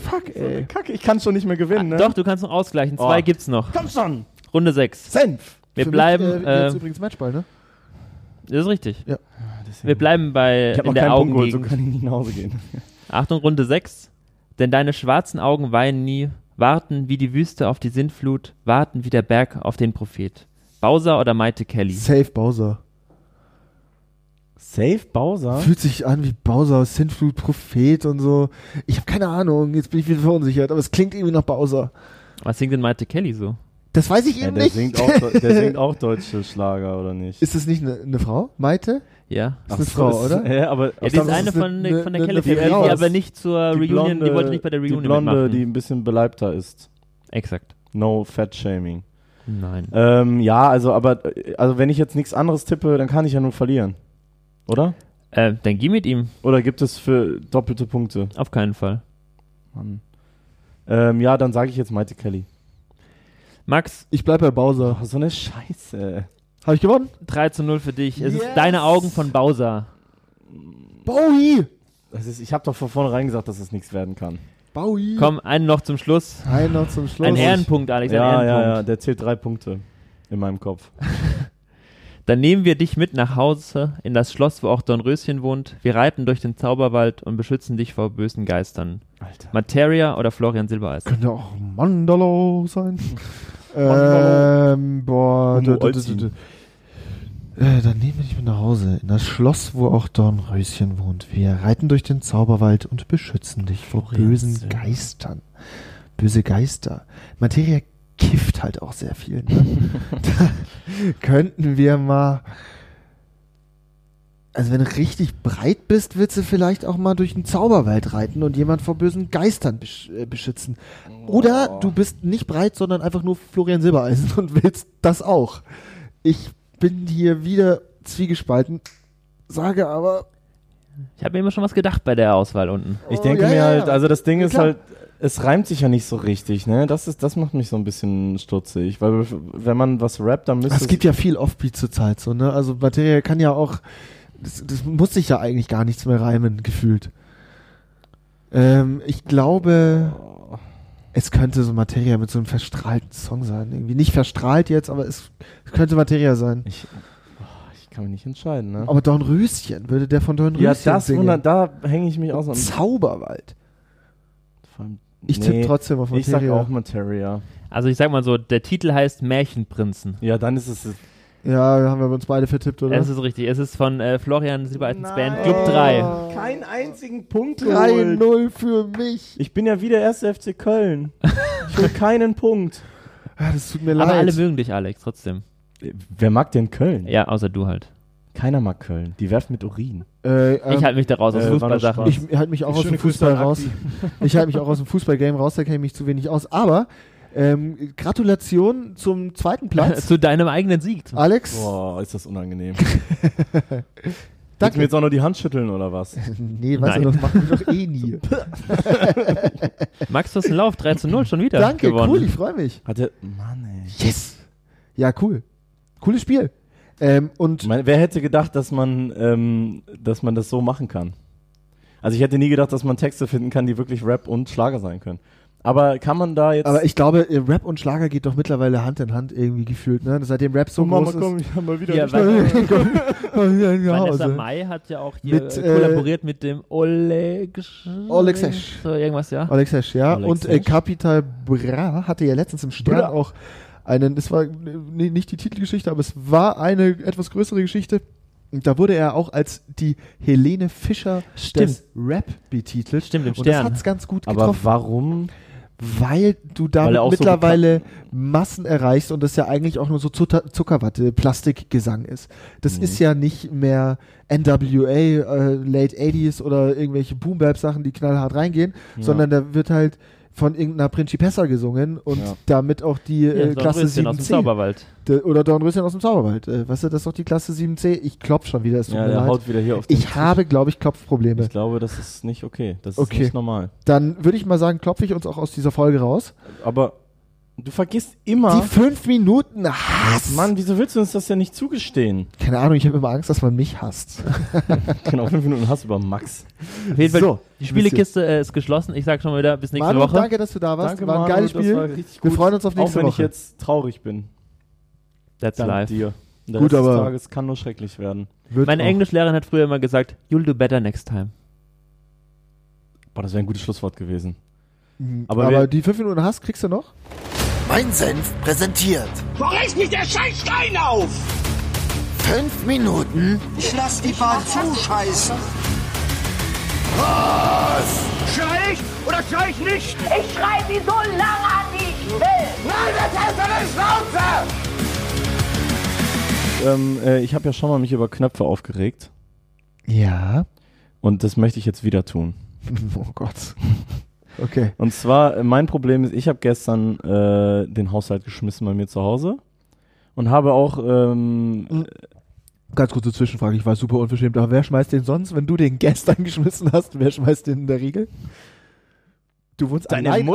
Speaker 2: fuck, ey. Kacke, ich kann schon nicht mehr gewinnen, ne?
Speaker 5: Doch, du kannst noch ausgleichen. Zwei
Speaker 2: Oh.
Speaker 5: gibt's noch.
Speaker 2: Komm schon.
Speaker 5: Runde sechs.
Speaker 2: Senf.
Speaker 5: Wir
Speaker 1: Für
Speaker 5: bleiben.
Speaker 1: Mich, äh, jetzt
Speaker 5: äh,
Speaker 1: übrigens Matchball, ne?
Speaker 5: das ist richtig.
Speaker 1: Ja.
Speaker 5: Wir bleiben bei
Speaker 2: Ich hab
Speaker 5: in
Speaker 2: noch
Speaker 5: der
Speaker 2: keinen Punkt
Speaker 5: Augen
Speaker 2: geholt, so kann ich nicht nach Hause gehen.
Speaker 5: Achtung, Runde 6. Denn deine schwarzen Augen weinen nie, warten wie die Wüste auf die Sintflut, warten wie der Berg auf den Prophet. Bowser oder Maite Kelly?
Speaker 1: Safe Bowser.
Speaker 2: Safe Bowser?
Speaker 1: Fühlt sich an wie Bowser, Sintflut, Prophet und so. Ich habe keine Ahnung, jetzt bin ich wieder verunsichert, aber es klingt irgendwie nach Bowser.
Speaker 5: Was singt denn Maite Kelly so?
Speaker 1: Das weiß ich eben
Speaker 2: der,
Speaker 1: nicht.
Speaker 2: singt auch, der singt auch deutsche Schlager, oder nicht?
Speaker 1: Ist das nicht eine, eine Frau? Maite?
Speaker 5: Ja.
Speaker 1: Ist eine Frau, oder?
Speaker 2: Ja, aber
Speaker 5: Ja, die
Speaker 1: glaub,
Speaker 5: ist
Speaker 1: das
Speaker 5: eine
Speaker 1: ist eine-
Speaker 5: von, der- von der
Speaker 1: eine-
Speaker 5: Kelly
Speaker 1: eine
Speaker 5: Family,
Speaker 1: Frau
Speaker 5: die
Speaker 1: aus-
Speaker 5: aber nicht zur Reunion, die wollte nicht bei der Reunion
Speaker 2: Die Blonde,
Speaker 5: mitmachen.
Speaker 2: die ein bisschen beleibter ist.
Speaker 5: Exakt.
Speaker 2: No Fat Shaming.
Speaker 5: Nein.
Speaker 2: Ähm, ja, also, aber, äh, also wenn ich jetzt nichts anderes tippe, dann kann ich ja nur verlieren. Oder?
Speaker 5: Äh, dann geh mit ihm.
Speaker 2: Oder gibt es für doppelte Punkte?
Speaker 5: Auf keinen Fall.
Speaker 2: Mann. Ähm, ja, dann sage ich jetzt Maite Kelly.
Speaker 5: Max,
Speaker 1: Ich bleib bei Bowser.
Speaker 2: Oh, so eine Scheiße.
Speaker 1: Habe ich gewonnen?
Speaker 5: 3 zu 0 für dich. Es
Speaker 1: Yes!
Speaker 5: ist deine Augen von Bowser.
Speaker 1: Bowie!
Speaker 2: Das ist, ich habe doch von vornherein gesagt, dass es nichts werden kann.
Speaker 1: Bowie!
Speaker 5: Komm, einen noch zum Schluss.
Speaker 1: Ein noch zum Schluss.
Speaker 5: Ein Ehrenpunkt, Alex, ein
Speaker 2: ja, ja,
Speaker 5: Ehrenpunkt.
Speaker 2: ja, der zählt drei Punkte in meinem Kopf.
Speaker 5: Dann nehmen wir dich mit nach Hause in das Schloss, wo auch Dornröschen wohnt. Wir reiten durch den Zauberwald und beschützen dich vor bösen Geistern.
Speaker 2: Alter.
Speaker 5: Materia oder Florian Silbereis?
Speaker 1: Könnte auch Mandalo sein.
Speaker 2: Mandalo.
Speaker 1: ähm, boah.
Speaker 2: Homo
Speaker 1: d- d- d- d- Äh, dann nehmen wir dich mit nach Hause, in das Schloss, wo auch Dornröschen wohnt. Wir reiten durch den Zauberwald und beschützen dich vor
Speaker 2: Florian
Speaker 1: bösen
Speaker 2: Silber.
Speaker 1: Geistern. Böse Geister. Materia kifft halt auch sehr viel. Ne? da könnten wir mal... Also wenn du richtig breit bist, willst du vielleicht auch mal durch den Zauberwald reiten und jemand vor bösen Geistern besch äh, beschützen. Oder du bist nicht breit, sondern einfach nur Florian Silbereisen und willst das auch. Ich bin hier wieder zwiegespalten, sage aber,
Speaker 5: Ich habe mir immer schon was gedacht bei der Auswahl unten.
Speaker 2: Ich
Speaker 1: Oh,
Speaker 2: denke
Speaker 1: ja,
Speaker 2: mir
Speaker 1: ja,
Speaker 2: halt,
Speaker 1: ja.
Speaker 2: also das Ding
Speaker 1: Ja,
Speaker 2: ist
Speaker 1: klar.
Speaker 2: halt, es reimt sich ja nicht so richtig, ne? Das ist, das macht mich so ein bisschen stutzig, weil wenn man was rappt, dann müsste
Speaker 1: es gibt ja viel Offbeat zurzeit so, ne? Also Materie kann ja auch, das, das muss sich ja eigentlich gar nichts mehr reimen, gefühlt. Ähm, ich glaube, es könnte so Materia mit so einem verstrahlten Song sein. Irgendwie nicht verstrahlt jetzt, aber es, es könnte Materia sein.
Speaker 2: Ich, oh, ich kann mich nicht entscheiden, ne?
Speaker 1: Aber Dornröschen, würde der von Dornröschen
Speaker 2: ja, das
Speaker 1: singen?
Speaker 2: wundert, da hänge ich mich auch so an.
Speaker 1: Zauberwald.
Speaker 2: Vor allem-
Speaker 1: Ich
Speaker 2: nee,
Speaker 1: tippe trotzdem auf Materia.
Speaker 2: Ich sag auch Materia.
Speaker 5: Also ich sag mal so, der Titel heißt Märchenprinzen.
Speaker 2: Ja, dann ist es.
Speaker 1: Ja, haben wir uns beide vertippt, oder?
Speaker 5: Es ist richtig, es ist von äh, Florian Silbereisens Band Club 3.
Speaker 2: Keinen einzigen Punkt. geholt.
Speaker 1: 3-0 für mich.
Speaker 2: Ich bin ja wie der erste FC Köln. Ich will keinen Punkt.
Speaker 1: Ja, Ah, das tut mir
Speaker 5: Aber alle
Speaker 1: leid. Äh,
Speaker 5: mögen dich, Alex, trotzdem.
Speaker 2: Wer mag denn Köln?
Speaker 5: Ja, außer du halt.
Speaker 2: Keiner mag Köln. Die werfen mit Urin.
Speaker 1: Äh, ähm,
Speaker 5: ich halte mich da raus aus
Speaker 2: äh, war nur
Speaker 5: Fußballsachen.
Speaker 2: Spaß.
Speaker 1: ich halte mich auch aus
Speaker 2: Schöne
Speaker 1: dem
Speaker 2: Grüße
Speaker 1: Fußball
Speaker 2: an
Speaker 1: raus.
Speaker 2: Akti.
Speaker 1: Ich halte mich auch aus dem Fußballgame raus, da kenne ich mich zu wenig aus. Aber ähm, Gratulation zum zweiten Platz. Ah.
Speaker 5: Zu deinem eigenen Sieg.
Speaker 1: Alex,
Speaker 2: Boah, ist das unangenehm. Willst du mir
Speaker 1: danke.
Speaker 2: jetzt auch noch die Hand schütteln oder was?
Speaker 1: Nee, weißt du,
Speaker 5: Nein.
Speaker 1: das machen wir doch eh nie.
Speaker 5: Max, du hast einen Lauf, 3 zu 0, schon wieder
Speaker 1: danke,
Speaker 5: gewonnen.
Speaker 1: cool, ich freue mich.
Speaker 2: Hat der. Mann, ey.
Speaker 1: Yes. Ja, cool. Cooles Spiel. Ähm, und
Speaker 2: Ich meine, wer hätte gedacht, dass man, ähm, dass man das so machen kann? Also ich hätte nie gedacht, dass man Texte finden kann, die wirklich Rap und Schlager sein können. Aber kann man da jetzt.
Speaker 1: Aber ich glaube, äh, Rap und Schlager geht doch mittlerweile Hand in Hand irgendwie gefühlt, ne? Seitdem Rap so
Speaker 2: Oh, Mama,
Speaker 1: groß
Speaker 2: komm,
Speaker 1: ist.
Speaker 2: ich hab mal wieder.
Speaker 5: Ja,
Speaker 2: nicht-
Speaker 5: weil-
Speaker 1: Komm wieder nach
Speaker 5: Vanessa
Speaker 1: Hause.
Speaker 5: Mai hat ja auch hier
Speaker 1: Mit,
Speaker 5: äh,
Speaker 1: äh,
Speaker 5: kollaboriert mit dem Oleg.
Speaker 1: Oleg Sesh.
Speaker 5: So irgendwas, ja.
Speaker 1: Alex Hesch, ja.
Speaker 2: Alex
Speaker 1: und äh,
Speaker 2: Hesch.
Speaker 1: Capital Bra hatte ja letztens im Stern
Speaker 2: Bra.
Speaker 1: auch einen, es war äh, nee, nicht die Titelgeschichte, aber es war eine etwas größere Geschichte. Und da wurde er auch als die Helene Fischer
Speaker 5: Stimmt.
Speaker 1: des Rap betitelt.
Speaker 5: Stimmt, im
Speaker 1: Und das
Speaker 5: Stern.
Speaker 1: hat's ganz gut
Speaker 2: Aber
Speaker 1: getroffen,
Speaker 2: warum?
Speaker 1: weil du damit
Speaker 2: Weil er auch so
Speaker 1: mittlerweile Massen erreichst und das ja eigentlich auch nur so Zutter, Zuckerwatte, Plastikgesang ist. Das
Speaker 2: Mhm.
Speaker 1: ist ja nicht mehr NWA, äh, Late 80s oder irgendwelche Boom-Bap-Sachen, die knallhart reingehen, sondern da wird halt von irgendeiner Principessa gesungen und
Speaker 2: Ja.
Speaker 1: damit auch die äh,
Speaker 5: Ja, so ein
Speaker 1: Klasse
Speaker 5: Röschen aus dem
Speaker 1: 7C.
Speaker 5: Zauberwald.
Speaker 1: D- Oder Dornröschen aus dem Zauberwald. Äh, weißt du, das ist doch die Klasse 7C. Ich klopf schon wieder, es tut
Speaker 2: Ja,
Speaker 1: mir
Speaker 2: der
Speaker 1: leid.
Speaker 2: haut wieder hier auf den
Speaker 1: Ich habe, glaube ich, Klopfprobleme.
Speaker 2: Ich glaube, das ist nicht okay. Das
Speaker 1: Okay.
Speaker 2: ist nicht normal.
Speaker 1: Dann würde ich mal sagen, klopfe ich uns auch aus dieser Folge raus.
Speaker 2: Aber du vergisst immer.
Speaker 1: Die fünf Minuten Hass.
Speaker 2: Mann, wieso willst du uns das ja nicht zugestehen?
Speaker 1: Keine Ahnung, ich habe immer Angst, dass man mich hasst.
Speaker 2: Genau, fünf Minuten Hass über Max.
Speaker 5: Auf jeden Fall,
Speaker 1: So,
Speaker 5: die Spielekiste äh, ist geschlossen. Ich sag schon mal wieder, bis nächste
Speaker 1: Manu,
Speaker 5: Woche.
Speaker 1: danke, dass du da warst. war ein
Speaker 2: Manu,
Speaker 1: geiles
Speaker 2: das
Speaker 1: Spiel.
Speaker 2: war richtig
Speaker 1: Wir
Speaker 2: gut.
Speaker 1: freuen uns auf nächste
Speaker 2: Auch wenn ich
Speaker 1: Woche.
Speaker 2: jetzt traurig bin.
Speaker 5: That's
Speaker 2: Dank
Speaker 5: life.
Speaker 2: dir. Der
Speaker 1: Gut,
Speaker 2: Rest des
Speaker 1: aber-
Speaker 2: Tages kann nur schrecklich werden.
Speaker 1: Wird
Speaker 5: Meine
Speaker 1: auch.
Speaker 5: Englischlehrerin hat früher immer gesagt, you'll do better next time.
Speaker 2: Boah, das wäre ein gutes Schlusswort gewesen.
Speaker 1: Aber,
Speaker 2: Aber wir-
Speaker 1: die fünf Minuten Hass kriegst du noch?
Speaker 6: Mein Senf präsentiert.
Speaker 7: Wo reißt mich der Scheißstein auf?
Speaker 6: Fünf Minuten
Speaker 7: Ich lass die Bahn zuscheißen. Was? Schrei ich oder schrei ich nicht?
Speaker 8: Ich schreie sie so lange an, wie ich will.
Speaker 7: Nein, das heißt eine Schnauze!
Speaker 2: Ähm, äh, ich habe ja schon mal mich über Knöpfe aufgeregt.
Speaker 1: Ja.
Speaker 2: Und das möchte ich jetzt wieder tun.
Speaker 1: Oh Gott. Okay.
Speaker 2: Und zwar, äh, mein Problem ist, ich habe gestern äh, den Haushalt geschmissen bei mir zu Hause. Und habe auch ähm,
Speaker 1: Ganz kurze Zwischenfrage, ich war super unverschämt, aber wer schmeißt den sonst, wenn du den gestern geschmissen hast, wer schmeißt den in der Regel? Du wohnst allein-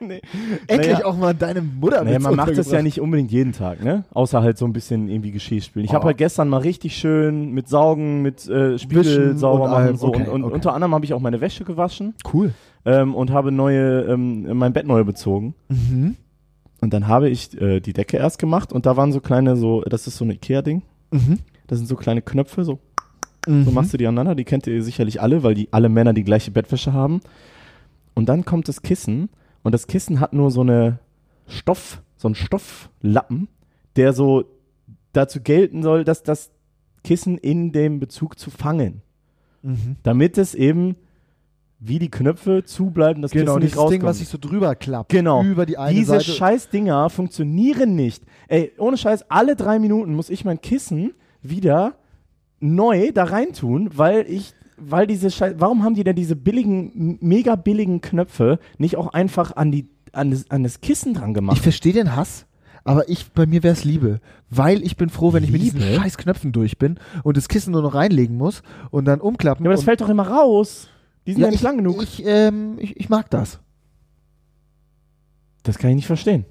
Speaker 2: nee.
Speaker 1: Endlich
Speaker 2: Naja.
Speaker 1: auch mal deine Mutter
Speaker 2: Naja,
Speaker 1: mit
Speaker 2: man macht das ja
Speaker 1: untergebracht.
Speaker 2: nicht unbedingt jeden Tag, ne? Außer halt so ein bisschen irgendwie Geschirr spielen. Ich
Speaker 1: Oh.
Speaker 2: habe halt gestern mal richtig schön mit Saugen, mit äh,
Speaker 1: Wischen
Speaker 2: Spiegel
Speaker 1: und
Speaker 2: sauber machen
Speaker 1: allem.
Speaker 2: so.
Speaker 1: Okay,
Speaker 2: und und
Speaker 1: okay.
Speaker 2: unter anderem habe ich auch meine Wäsche gewaschen
Speaker 1: Cool.
Speaker 2: ähm, und habe neue, ähm, mein Bett neu bezogen.
Speaker 1: Mhm.
Speaker 2: Und dann habe ich äh, die Decke erst gemacht und da waren so kleine, so, das ist so ein Ikea-Ding.
Speaker 1: Mhm.
Speaker 2: Das sind so kleine Knöpfe, so,
Speaker 1: Mhm.
Speaker 2: so machst du die aneinander. Die kennt ihr sicherlich alle, weil die alle Männer die gleiche Bettwäsche haben. Und dann kommt das Kissen und das Kissen hat nur so eine Stoff, so einen Stofflappen, der so dazu gelten soll, dass das Kissen in dem Bezug zu fangen.
Speaker 1: Mhm.
Speaker 2: Damit es eben wie die Knöpfe zubleiben, das
Speaker 1: Genau,
Speaker 2: Kissen nicht
Speaker 1: dieses
Speaker 2: rauskommt.
Speaker 1: Ding, was ich so drüber klappt.
Speaker 2: Genau.
Speaker 1: Über die eine
Speaker 2: Diese
Speaker 1: Seite.
Speaker 2: scheiß Dinger funktionieren nicht. Ey, ohne Scheiß, alle drei Minuten muss ich mein Kissen wieder neu da reintun, weil ich, weil diese Scheiß, warum haben die denn diese billigen, m- mega billigen Knöpfe nicht auch einfach an die, an das, an das Kissen dran
Speaker 1: Ich
Speaker 2: gemacht?
Speaker 1: verstehe den Hass, aber ich, bei mir wäre es Liebe. Weil ich bin froh, wenn ich mit diesen
Speaker 2: Liebe?
Speaker 1: scheiß Knöpfen durch bin und das Kissen nur noch reinlegen muss und dann umklappen.
Speaker 2: Ja, aber das
Speaker 1: und
Speaker 2: fällt doch immer raus. Die sind ja,
Speaker 1: Ja,
Speaker 2: nicht lang genug.
Speaker 1: Ich, ähm, ich, ich mag das.
Speaker 2: das kann ich nicht verstehen.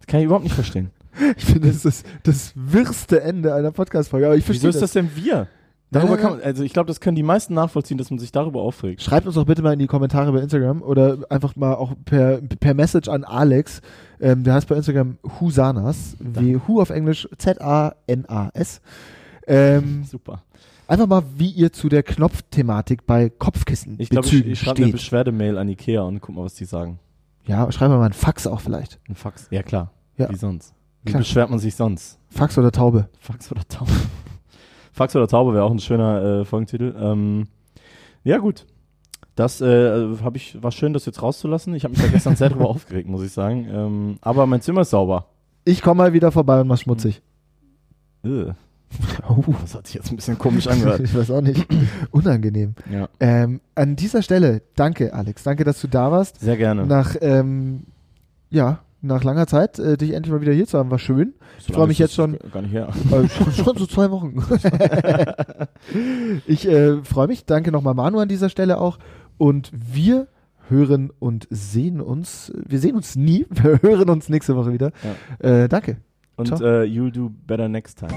Speaker 2: Das kann ich überhaupt nicht verstehen.
Speaker 1: Ich finde, das ist das wirrste Ende einer Podcast-Folge. Aber ich
Speaker 2: Wieso
Speaker 1: verstehe
Speaker 2: ist das denn wir?
Speaker 1: Nein,
Speaker 2: Darüber
Speaker 1: nein,
Speaker 2: kann man, also ich glaube, das können die meisten nachvollziehen, dass man sich darüber aufregt.
Speaker 1: Schreibt uns doch bitte mal in die Kommentare bei Instagram oder einfach mal auch per, per Message an Alex. Ähm, der heißt bei Instagram Husanas, wie Hu auf Englisch, Z-A-N-A-S. Ähm,
Speaker 2: Super.
Speaker 1: einfach mal, wie ihr zu der Knopfthematik bei Kopfkissen
Speaker 2: Ich glaube, ich,
Speaker 1: Bezügen
Speaker 2: ich schreibe eine
Speaker 1: steht.
Speaker 2: Beschwerdemail an Ikea und guck mal, was die sagen.
Speaker 1: Ja, schreib mal einen Fax auch vielleicht.
Speaker 2: Ein Fax. Ja, klar.
Speaker 1: Ja.
Speaker 2: Wie sonst? Wie
Speaker 1: Klar.
Speaker 2: beschwert man sich sonst?
Speaker 1: Fax oder Taube.
Speaker 2: Fax oder Taube? Fax oder Taube wäre auch ein schöner äh, Folgentitel. Ähm, ja, gut. Das äh, hab ich, war schön, das jetzt rauszulassen. Ich habe mich da gestern sehr drüber aufgeregt, muss ich sagen. Ähm, aber mein Zimmer ist sauber.
Speaker 1: Ich komme mal wieder vorbei und mach schmutzig.
Speaker 2: Mhm, Äh,
Speaker 1: Oh,
Speaker 2: das hat sich jetzt ein bisschen komisch angehört.
Speaker 1: ich weiß auch nicht. Unangenehm.
Speaker 2: ja,
Speaker 1: Ähm, an dieser Stelle, danke Alex, danke, dass du da warst.
Speaker 2: sehr gerne.
Speaker 1: Nach, ähm, ja, nach langer Zeit, äh, dich endlich mal wieder hier zu haben, war schön.
Speaker 2: So
Speaker 1: ich freu
Speaker 2: lange
Speaker 1: mich
Speaker 2: ist
Speaker 1: jetzt
Speaker 2: das Gar nicht her.
Speaker 1: Äh, schon, schon so zwei Wochen. ich äh, freue mich, danke nochmal Manu an dieser Stelle auch. Und wir hören und sehen uns, wir sehen uns nie, wir hören uns nächste Woche wieder. Äh, danke.
Speaker 2: Und
Speaker 1: Ciao.
Speaker 2: äh, you'll do better next time.